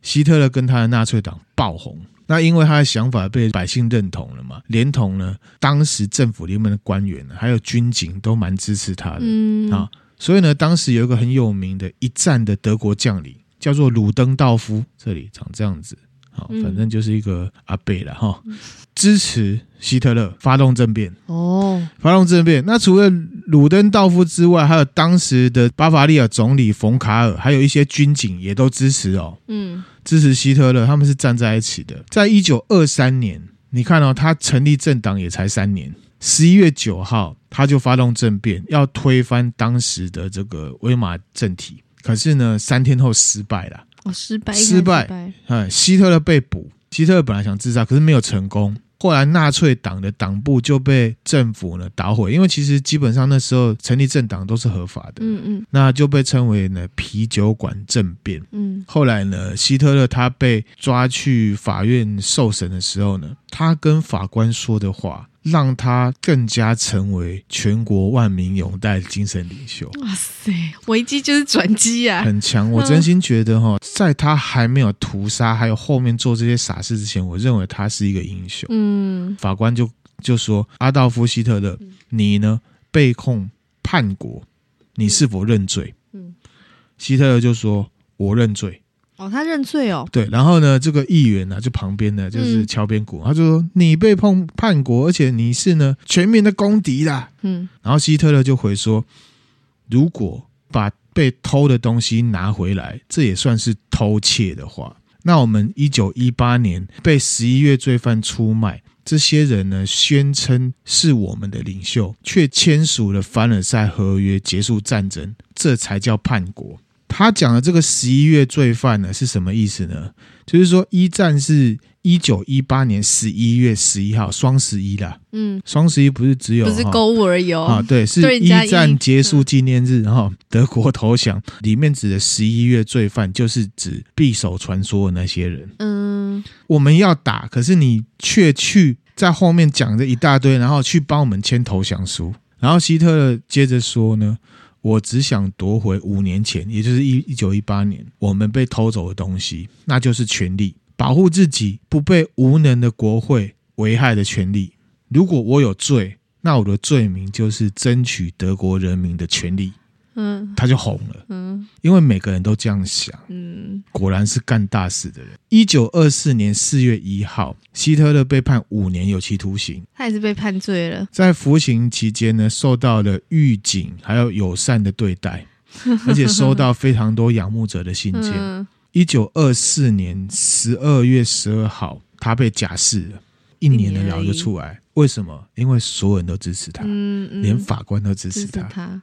Speaker 1: 希特勒跟他的纳粹党爆红。那因为他的想法被百姓认同了嘛，连同呢当时政府里面的官员还有军警都蛮支持他的。
Speaker 2: 嗯
Speaker 1: 啊，所以呢，当时有一个很有名的一战的德国将领，叫做鲁登道夫，这里长这样子，好，
Speaker 2: 嗯
Speaker 1: 反正就是一个阿贝了哈， 支持希特勒发动政变，
Speaker 2: 哦，
Speaker 1: 发动政变。那除了鲁登道夫之外，还有当时的巴伐利亚总理冯卡尔，还有一些军警也都支持哦，
Speaker 2: 嗯
Speaker 1: 支持希特勒，他们是站在一起的。在一九二三年，你看哦，他成立政党也才三年，十一月九号他就发动政变，要推翻当时的这个威玛政体。可是呢，三天后失败了，
Speaker 2: 哦，失败，
Speaker 1: 失败
Speaker 2: 一开始失败，
Speaker 1: 哎，希特勒被捕。希特勒本来想自杀，可是没有成功。后来纳粹党的党部就被政府呢捣毁，因为其实基本上那时候成立政党都是合法的，
Speaker 2: 嗯嗯
Speaker 1: 那就被称为呢啤酒馆政变。
Speaker 2: 嗯，
Speaker 1: 后来呢，希特勒他被抓去法院受审的时候呢，他跟法官说的话，让他更加成为全国万民拥戴的精神领袖，
Speaker 2: 哇塞，危机就是转机啊，
Speaker 1: 很强。我真心觉得哈，在他还没有屠杀，还有后面做这些傻事之前，我认为他是一个英雄。
Speaker 2: 嗯
Speaker 1: 法官就就说：“阿道夫·希特勒，你呢被控叛国，你是否认罪？”
Speaker 2: 嗯
Speaker 1: 希特勒就说：“我认罪。”
Speaker 2: 哦，他认罪哦，
Speaker 1: 对，然后呢，这个议员啊呢、就旁边呢，就是
Speaker 2: 嗯
Speaker 1: 敲边鼓，他就说你被碰叛国，而且你是呢全民的公敌啦。
Speaker 2: 嗯
Speaker 1: 然后希特勒就回说，如果把被偷的东西拿回来，这也算是偷窃的话，那我们一九一八年被十一月罪犯出卖。这些人呢，宣称是我们的领袖，却签署了凡尔赛合约结束战争，这才叫叛国。他讲的这个十一月罪犯呢，是什么意思呢？就是说，一战是一九一八年十一月十一号，双十一啦。
Speaker 2: 嗯，
Speaker 1: 双十一不是只有
Speaker 2: 不是
Speaker 1: 哈
Speaker 2: 购物而已
Speaker 1: 啊，
Speaker 2: 哦，
Speaker 1: 对，是
Speaker 2: 对人
Speaker 1: 一
Speaker 2: 家
Speaker 1: 战
Speaker 2: 一嗯
Speaker 1: 结束纪念日哈、德国投降里面指的十一月罪犯，就是指匕首传说的那些人。
Speaker 2: 嗯，
Speaker 1: 我们要打，可是你却去在后面讲着一大堆，然后去帮我们签投降书。然后希特勒接着说呢，我只想夺回五年前，也就是一一九一八年我们被偷走的东西，那就是权利，保护自己不被无能的国会危害的权利。如果我有罪，那我的罪名就是争取德国人民的权利。
Speaker 2: 嗯
Speaker 1: 他就红了，
Speaker 2: 嗯
Speaker 1: 因为每个人都这样想。
Speaker 2: 嗯
Speaker 1: 果然是干大事的人。一九二四年四月一号，希特勒被判五年有期徒刑，
Speaker 2: 他也是被判罪了，
Speaker 1: 在服刑期间呢，受到了狱警还有友善的对待，而且收到非常多仰慕者的信件。
Speaker 2: 嗯
Speaker 1: 一九二四年十二月十二号，他被假释了，一年的牢就出来。为什么？因为所有人都支持他，
Speaker 2: 嗯嗯，
Speaker 1: 连法官都支
Speaker 2: 支
Speaker 1: 持
Speaker 2: 持
Speaker 1: 他。
Speaker 2: 他，哇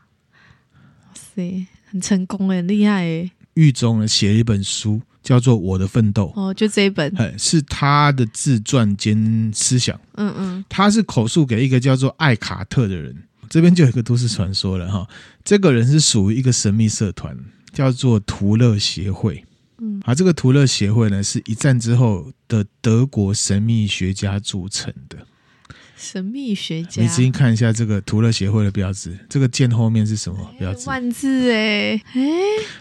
Speaker 2: 塞，很成功哎，很厉害哎，
Speaker 1: 狱中呢，写了一本书，叫做《我的奋斗》。
Speaker 2: 哦，就这一本，
Speaker 1: 哎，是他的自传兼思想，
Speaker 2: 嗯嗯
Speaker 1: 他是口述给一个叫做艾卡特的人。这边就有一个都市传说了哈，这个人是属于一个神秘社团，叫做图勒协会。
Speaker 2: 嗯
Speaker 1: 啊，这个图勒协会呢，是一战之后的德国神秘学家组成的。
Speaker 2: 神秘学家
Speaker 1: 你，仔细看一下这个图勒协会的标志，这个剑后面是什么标志？
Speaker 2: 万字哎，哎，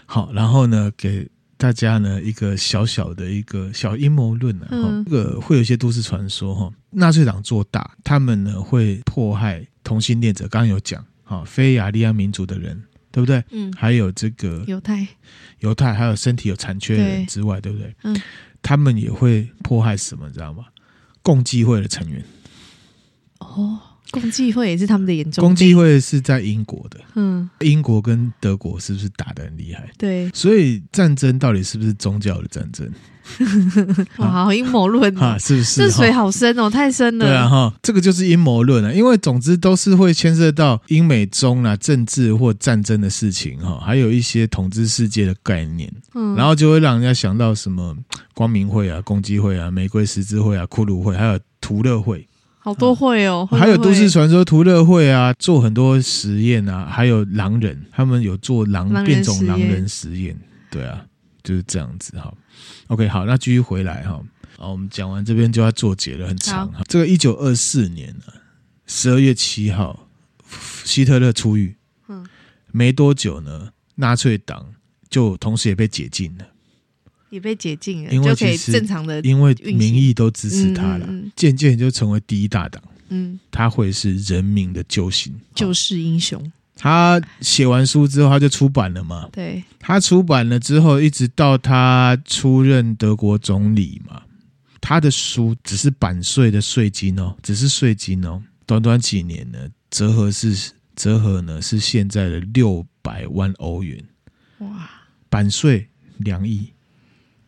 Speaker 1: 好，然后呢，给大家呢一个小小的一个小阴谋论啊，
Speaker 2: 嗯
Speaker 1: 哈这个会有一些都市传说哈，纳粹党做大，他们呢会迫害同性恋者，刚刚有讲，好，非雅利安民族的人，对不对？
Speaker 2: 嗯，
Speaker 1: 还有这个
Speaker 2: 犹太，
Speaker 1: 犹太，还有身体有残缺的人
Speaker 2: 对
Speaker 1: 之外，对不对？
Speaker 2: 嗯，
Speaker 1: 他们也会迫害什么，你知道吗？共济会的成员，
Speaker 2: 哦，共济会也是他们的眼中钉
Speaker 1: 共济，会是在英国的，
Speaker 2: 嗯，
Speaker 1: 英国跟德国是不是打得很厉害？
Speaker 2: 对，
Speaker 1: 所以战争到底是不是宗教的战争
Speaker 2: 哇，好阴谋论
Speaker 1: 啊？
Speaker 2: 哦，
Speaker 1: 是不是？
Speaker 2: 这水
Speaker 1: 哈
Speaker 2: 好深哦，太深了，
Speaker 1: 对啊，哈，这个就是阴谋论啊了，因为总之都是会牵涉到英美中啦、政治或战争的事情哈，还有一些统治世界的概念，
Speaker 2: 嗯，
Speaker 1: 然后就会让人家想到什么光明会啊、共济会啊、玫瑰十字会啊、骷髅会，还有图勒会，
Speaker 2: 好多会哦，会不会
Speaker 1: 还有都市传说图勒会啊，做很多实验啊，还有狼人，他们有做狼
Speaker 2: 狼人
Speaker 1: 变种
Speaker 2: 实验
Speaker 1: 狼人实验，对啊，就是这样子哈。OK，好，那继续回来哈。好，我们讲完这边就要做结了，很长。哈这个一九二四年呢、十二月七号，希特勒出狱，
Speaker 2: 嗯
Speaker 1: 没多久呢，纳粹党就同时也被解禁了，
Speaker 2: 也被解禁了，
Speaker 1: 因为
Speaker 2: 就可以
Speaker 1: 其实
Speaker 2: 正常的，
Speaker 1: 因为
Speaker 2: 呃运行
Speaker 1: 民意都支持他了
Speaker 2: 嗯嗯嗯，
Speaker 1: 渐渐就成为第一大党，
Speaker 2: 嗯，
Speaker 1: 他会是人民的救星，
Speaker 2: 救世英雄，
Speaker 1: 他写完书之后，他就出版了嘛。
Speaker 2: 对，
Speaker 1: 他出版了之后，一直到他出任德国总理嘛，他的书只是版税的税金哦，只是税金哦。短短几年呢，折合是折合呢是现在的六百万欧元，
Speaker 2: 哇，
Speaker 1: 版税两亿，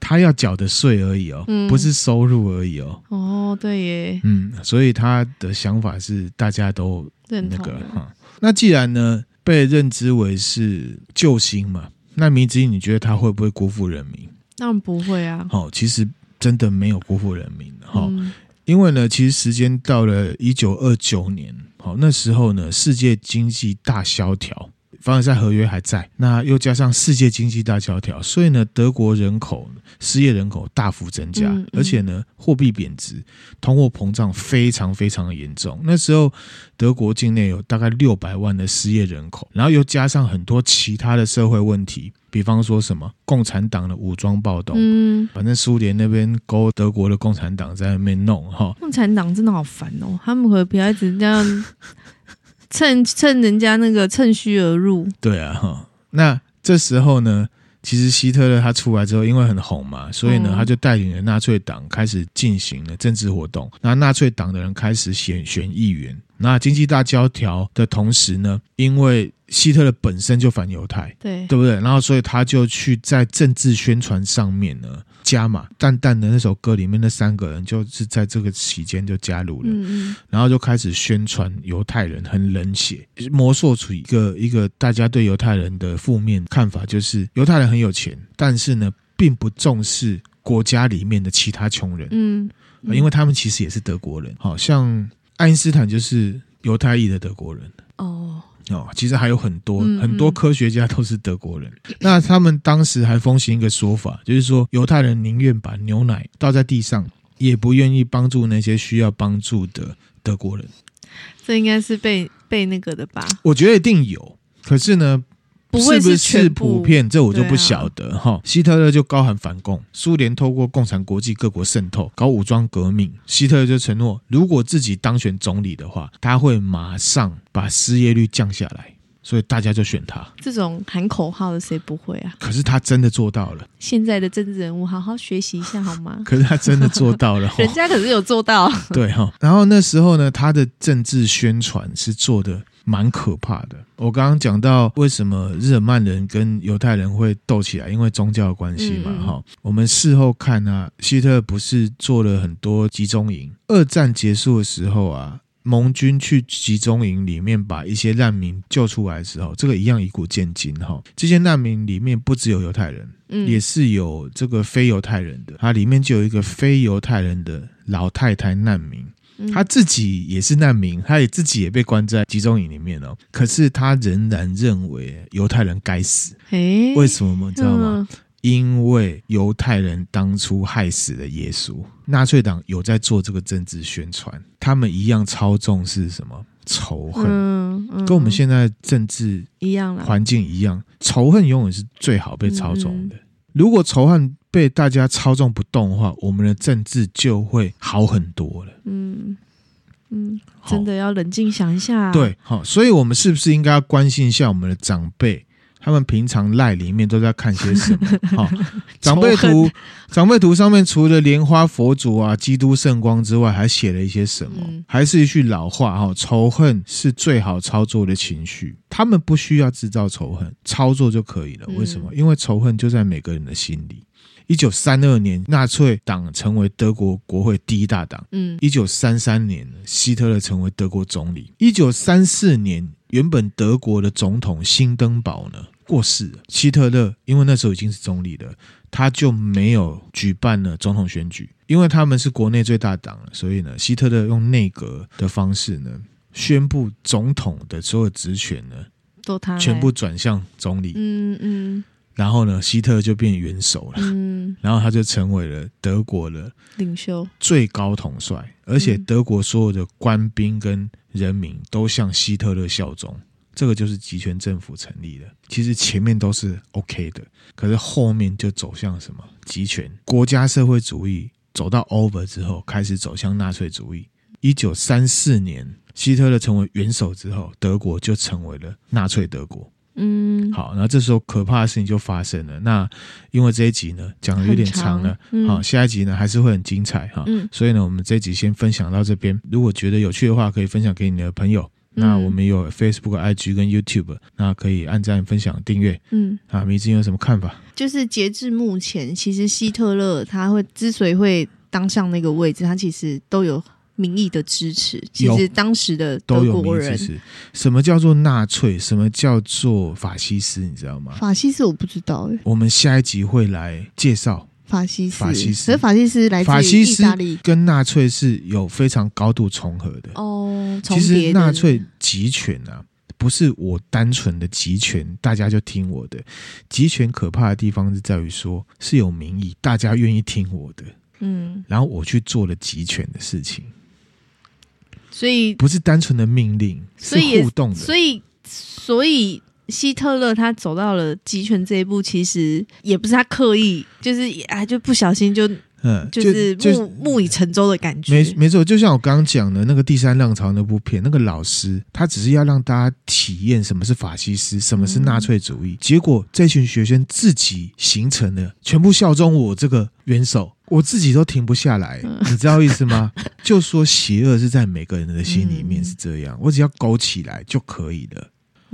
Speaker 1: 他要缴的税而已哦，
Speaker 2: 嗯
Speaker 1: 不是收入而已哦。
Speaker 2: 哦，对耶，
Speaker 1: 嗯，所以他的想法是大家都
Speaker 2: 认
Speaker 1: 那
Speaker 2: 同
Speaker 1: 个
Speaker 2: 了，
Speaker 1: 哈、那既然呢被认知为是救星嘛，那迷之音你觉得他会不会辜负人民？
Speaker 2: 当然不会啊，
Speaker 1: 哦，其实真的没有辜负人民哈、哦
Speaker 2: 嗯
Speaker 1: 因为呢，其实时间到了一九二九年，好、那时候呢，世界经济大萧条。凡尔赛合约还在，那又加上世界经济大萧条，所以呢，德国人口失业人口大幅增加，
Speaker 2: 嗯嗯
Speaker 1: 而且呢，货币贬值，通货膨胀非常非常的严重。那时候德国境内有大概六百万的失业人口，然后又加上很多其他的社会问题，比方说什么共产党的武装暴动，
Speaker 2: 嗯，
Speaker 1: 反正苏联那边勾德国的共产党在那边弄哈，
Speaker 2: 共产党真的好烦哦，他们可不要一直这样 趁趁人家那个趁虚而入，
Speaker 1: 对啊哈。那这时候呢，其实希特勒他出来之后，因为很红嘛，所以呢
Speaker 2: 嗯，
Speaker 1: 他就带领了纳粹党开始进行了政治活动。那纳粹党的人开始选选议员。那经济大萧条的同时呢，因为希特勒本身就反犹太，
Speaker 2: 对
Speaker 1: 对不对？然后所以他就去在政治宣传上面呢加码。淡淡的那首歌里面那三个人就是在这个期间就加入了。
Speaker 2: 嗯嗯，
Speaker 1: 然后就开始宣传犹太人很冷血，磨塑出一个一个大家对犹太人的负面看法，就是犹太人很有钱，但是呢，并不重视国家里面的其他穷人，
Speaker 2: 嗯嗯
Speaker 1: 因为他们其实也是德国人，好、像爱因斯坦就是犹太裔的德国人。
Speaker 2: 哦，
Speaker 1: 哦，其实还有很多、
Speaker 2: 嗯嗯
Speaker 1: 很多科学家都是德国人。那他们当时还风行一个说法，就是说犹太人宁愿把牛奶倒在地上，也不愿意帮助那些需要帮助的德国人。
Speaker 2: 这应该是被被那个的吧？
Speaker 1: 我觉得一定有，可是呢，
Speaker 2: 不会
Speaker 1: 是不
Speaker 2: 全
Speaker 1: 是
Speaker 2: 部
Speaker 1: 普遍，这我就
Speaker 2: 对啊
Speaker 1: 不晓得哈、希特勒就高喊反共，苏联透过共产国际各国渗透搞武装革命，希特勒就承诺，如果自己当选总理的话，他会马上把失业率降下来，所以大家就选他。
Speaker 2: 这种喊口号的谁不会啊？
Speaker 1: 可是他真的做到了，
Speaker 2: 现在的政治人物，好好学习一下好吗？
Speaker 1: 可是他真的做到 了哦哈
Speaker 2: 人。家可是有做到，
Speaker 1: 对哈、然后那时候呢，他的政治宣传是做的蛮可怕的。我刚刚讲到为什么日耳曼人跟犹太人会斗起来，因为宗教的关系嘛
Speaker 2: 嗯嗯
Speaker 1: 哈、我们事后看啊，希特勒不是做了很多集中营？二战结束的时候啊。盟军去集中营里面把一些难民救出来的时候，这个一样以古见今哈。这些难民里面不只有犹太人，
Speaker 2: 嗯，
Speaker 1: 也是有这个非犹太人的，它里面就有一个非犹太人的老太太难民，
Speaker 2: 嗯
Speaker 1: 她自己也是难民，她也自己也被关在集中营里面哦，可是她仍然认为犹太人该死，
Speaker 2: 诶
Speaker 1: 为什么你知道吗？
Speaker 2: 嗯
Speaker 1: 因为犹太人当初害死了耶稣，纳粹党有在做这个政治宣传，他们一样操纵是什么仇恨，
Speaker 2: 嗯嗯，
Speaker 1: 跟我们现在政治
Speaker 2: 一样啊啦。
Speaker 1: 环境一样，仇恨永远是最好被操纵的。如果仇恨被大家操纵不动的话，我们的政治就会好很多了。
Speaker 2: 嗯嗯，
Speaker 1: 好
Speaker 2: 真的要冷静想一下。，
Speaker 1: 对，好、所以我们是不是应该要关心一下我们的长辈？他们平常赖里面都在看些什 么？好、长辈
Speaker 2: 仇
Speaker 1: 图，长辈图上面除了莲花佛祖啊、基督圣光之外，还写了一些什么？
Speaker 2: 嗯
Speaker 1: 还是一句老话哈、仇恨是最好操作的情绪。他们不需要制造仇恨，操作就可以了。
Speaker 2: 嗯
Speaker 1: 为什么？因为仇恨就在每个人的心里。一九三二年，纳粹党成为德国国会第一大党。
Speaker 2: 嗯
Speaker 1: 一九三三年，希特勒成为德国总理。一九三四年，原本德国的总统兴登堡呢过世了。希特勒因为那时候已经是总理了，他就没有举办了总统选举，因为他们是国内最大党了，所以呢，希特勒用内阁的方式呢，宣布总统的所有职权呢
Speaker 2: 都他来
Speaker 1: 全部。转向总理，
Speaker 2: 嗯嗯
Speaker 1: 然后呢，希特勒就变元首了，
Speaker 2: 嗯，
Speaker 1: 然后他就成为了德国的
Speaker 2: 领袖。
Speaker 1: 最高统帅，而且
Speaker 2: 嗯
Speaker 1: 德国所有的官兵跟人民都向希特勒效忠。这个就是集权政府成立的。其实前面都是 OK 的，可是后面就走向什么集权、国家社会主义，走到 over 之后，开始走向纳粹主义。一九三四年，希特勒成为元首之后，德国就成为了纳粹德国。
Speaker 2: 嗯，
Speaker 1: 好，然后这时候可怕的事情就发生了。那因为这一集呢讲的有点
Speaker 2: 很
Speaker 1: 长了，好、
Speaker 2: 嗯
Speaker 1: 下一集呢还是会很精彩哈。
Speaker 2: 嗯
Speaker 1: 所以呢，我们这一集先分享到这边。如果觉得有趣的话，可以分享给你的朋友。那
Speaker 2: 嗯
Speaker 1: 我们有 Facebook、IG 跟 YouTube，那可以按赞、分享、订阅
Speaker 2: 嗯，
Speaker 1: 啊。迷之音有什么看法？
Speaker 2: 就是截至目前，其实希特勒他会之所以会当上那个位置，他其实都有民意的支持。其实当时的
Speaker 1: 都
Speaker 2: 德
Speaker 1: 有
Speaker 2: 国
Speaker 1: 迷之
Speaker 2: 人，
Speaker 1: 识。什么叫做纳粹？什么叫做法西斯？你知道吗？
Speaker 2: 法西斯我不知道哎，
Speaker 1: 我们下一集会来介绍
Speaker 2: 法西斯，
Speaker 1: 法西斯
Speaker 2: 可是法西斯来
Speaker 1: 法
Speaker 2: 自于
Speaker 1: 西
Speaker 2: 意
Speaker 1: 斯
Speaker 2: 大利
Speaker 1: 跟纳粹是有非常高度重合的。
Speaker 2: 哦，重
Speaker 1: 其
Speaker 2: 叠
Speaker 1: 实
Speaker 2: 的
Speaker 1: 纳粹集权啊，不是我单纯的集权，大家就听我的。集权可怕的地方是在于说是有民意，大家愿意听我的，
Speaker 2: 嗯，
Speaker 1: 然后我去做了集权的事情，
Speaker 2: 所以
Speaker 1: 不是单纯的命令，
Speaker 2: 所
Speaker 1: 是
Speaker 2: 以也
Speaker 1: 互动的。
Speaker 2: 所以所以希特勒他哎走到了集权这一步，其实也不是他刻意，就是也啊就不小心就
Speaker 1: 嗯，
Speaker 2: 就是
Speaker 1: 就
Speaker 2: 木木已成舟的感觉
Speaker 1: 没。没错，就像我刚刚讲的那个第三浪潮那部片，那个老师他只是要让大家体验什么是法西斯，什么是纳粹主义，结果这群学生自己形成了全部效忠我这个元首。我自己都停不下来，你知道意思吗？就说邪恶是在每个人的心里面
Speaker 2: 嗯
Speaker 1: 是这样，我只要勾起来就可以了。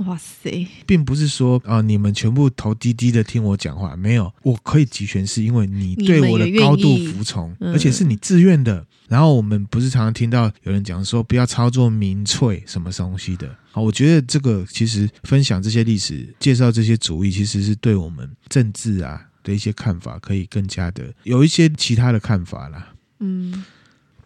Speaker 2: 哇塞，
Speaker 1: 并不是说啊、你们全部头低低的听我讲话，没有，我可以集权，是因为你
Speaker 2: 你
Speaker 1: 对
Speaker 2: 们
Speaker 1: 我的
Speaker 2: 也愿
Speaker 1: 高度
Speaker 2: 意
Speaker 1: 服从，
Speaker 2: 嗯
Speaker 1: 而且是你自愿的。然后我们不是常常听到有人讲说不要操作民粹什么东西的。好，我觉得这个其实分享这些历史，介绍这些主义，其实是对我们政治啊的一些看法，可以更加的有一些其他的看法啦。
Speaker 2: 嗯，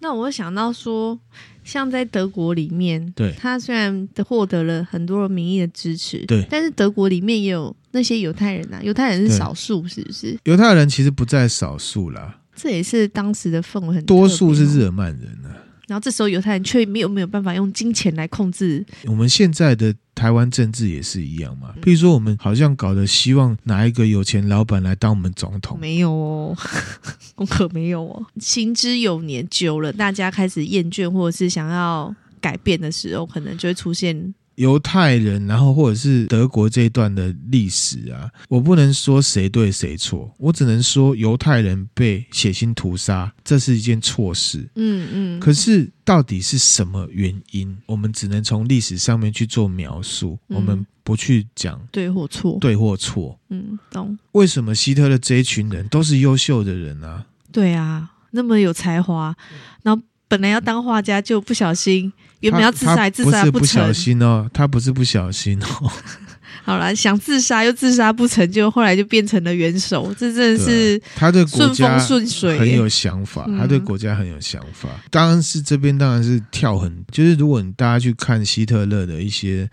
Speaker 2: 那我想到说，像在德国里面，
Speaker 1: 对
Speaker 2: 他虽然获得了很多民意的支持，
Speaker 1: 对
Speaker 2: 但是德国里面也有那些犹太人啊，犹太人
Speaker 1: 对
Speaker 2: 是少数，是不是？
Speaker 1: 犹太人其实不在少数啦，
Speaker 2: 这也是当时的氛围很
Speaker 1: 多数是
Speaker 2: 特别
Speaker 1: 日
Speaker 2: 哦，
Speaker 1: 耳曼人啊。
Speaker 2: 然后这时候犹太人却没有没有办法用金钱来控制，
Speaker 1: 我们现在的台湾政治也是一样
Speaker 2: 嗯
Speaker 1: 嘛，比如说我们好像搞得希望哪一个有钱老板来当我们总统，
Speaker 2: 没有哦，功课没有哦，行之有年，久了大家开始厌倦或者是想要改变的时候，可能就会出现
Speaker 1: 犹太人，然后或者是德国这一段的历史啊，我不能说谁对谁错，我只能说犹太人被血腥屠杀，这是一件错事。
Speaker 2: 嗯嗯，
Speaker 1: 可是到底是什么原因，我们只能从历史上面去做描述，
Speaker 2: 嗯
Speaker 1: 我们不去讲
Speaker 2: 对或错，
Speaker 1: 对或错。
Speaker 2: 嗯，懂。
Speaker 1: 为什么希特勒这一群人都是优秀的人啊？
Speaker 2: 对啊，那么有才华，然后本来要当画家，就不小心原本要自
Speaker 1: 他
Speaker 2: 杀，
Speaker 1: 他
Speaker 2: 自杀
Speaker 1: 不是不小
Speaker 2: 成。
Speaker 1: 心哦，他不是不小心 哦，
Speaker 2: 好啦，想自杀又自杀不成就，后来就变成了元首，这真的是
Speaker 1: 他对国
Speaker 2: 顺
Speaker 1: 家
Speaker 2: 风顺水
Speaker 1: 很
Speaker 2: 耶、
Speaker 1: 有想法，
Speaker 2: 嗯
Speaker 1: 他对国家很有想法。当然是这边当然是跳很，就是如果你大家去看希特勒的一些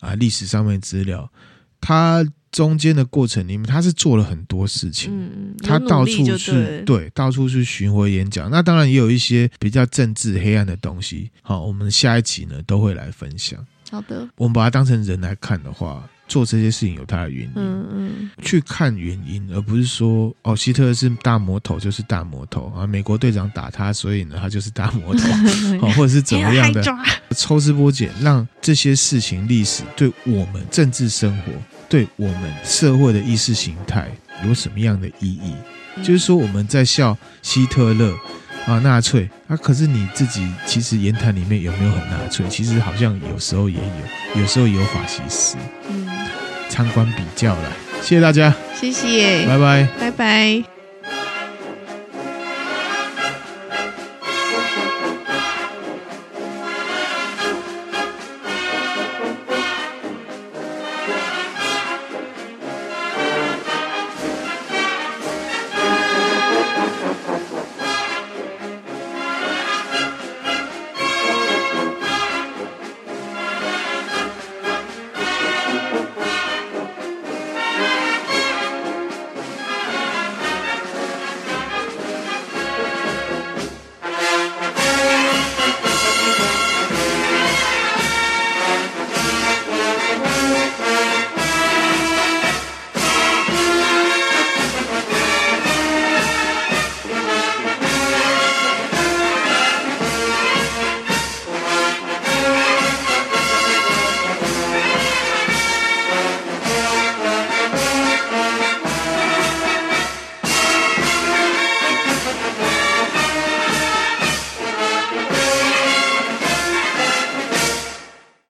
Speaker 1: 啊历史上面资料，他中间的过程里面，他是做了很多事情。
Speaker 2: 嗯，
Speaker 1: 他
Speaker 2: 有
Speaker 1: 到
Speaker 2: 努力
Speaker 1: 处
Speaker 2: 就
Speaker 1: 去
Speaker 2: 对了，
Speaker 1: 到处去巡回演讲，那当然也有一些比较政治黑暗的东西。好，我们下一集呢都会来分享。
Speaker 2: 好的，
Speaker 1: 我们把它当成人来看的话，做这些事情有它的原因。
Speaker 2: 嗯嗯，
Speaker 1: 去看原因，而不是说哦，希特勒是大魔头就是大魔头啊，美国队长打他，所以呢他就是大魔头，
Speaker 2: 嗯
Speaker 1: 哦，或者是怎么样的
Speaker 2: 哎呀嗨抓
Speaker 1: 抽丝剥茧，让这些事情历史对我们政治生活、对我们社会的意识形态有什么样的意义？就是说我们在笑希特勒啊、纳粹啊，可是你自己其实言谈里面有没有很纳粹？其实好像有时候也有，有时候也有法西斯，
Speaker 2: 嗯，
Speaker 1: 参观比较啦。谢谢大家，
Speaker 2: 谢谢，
Speaker 1: 拜拜。
Speaker 2: 拜拜。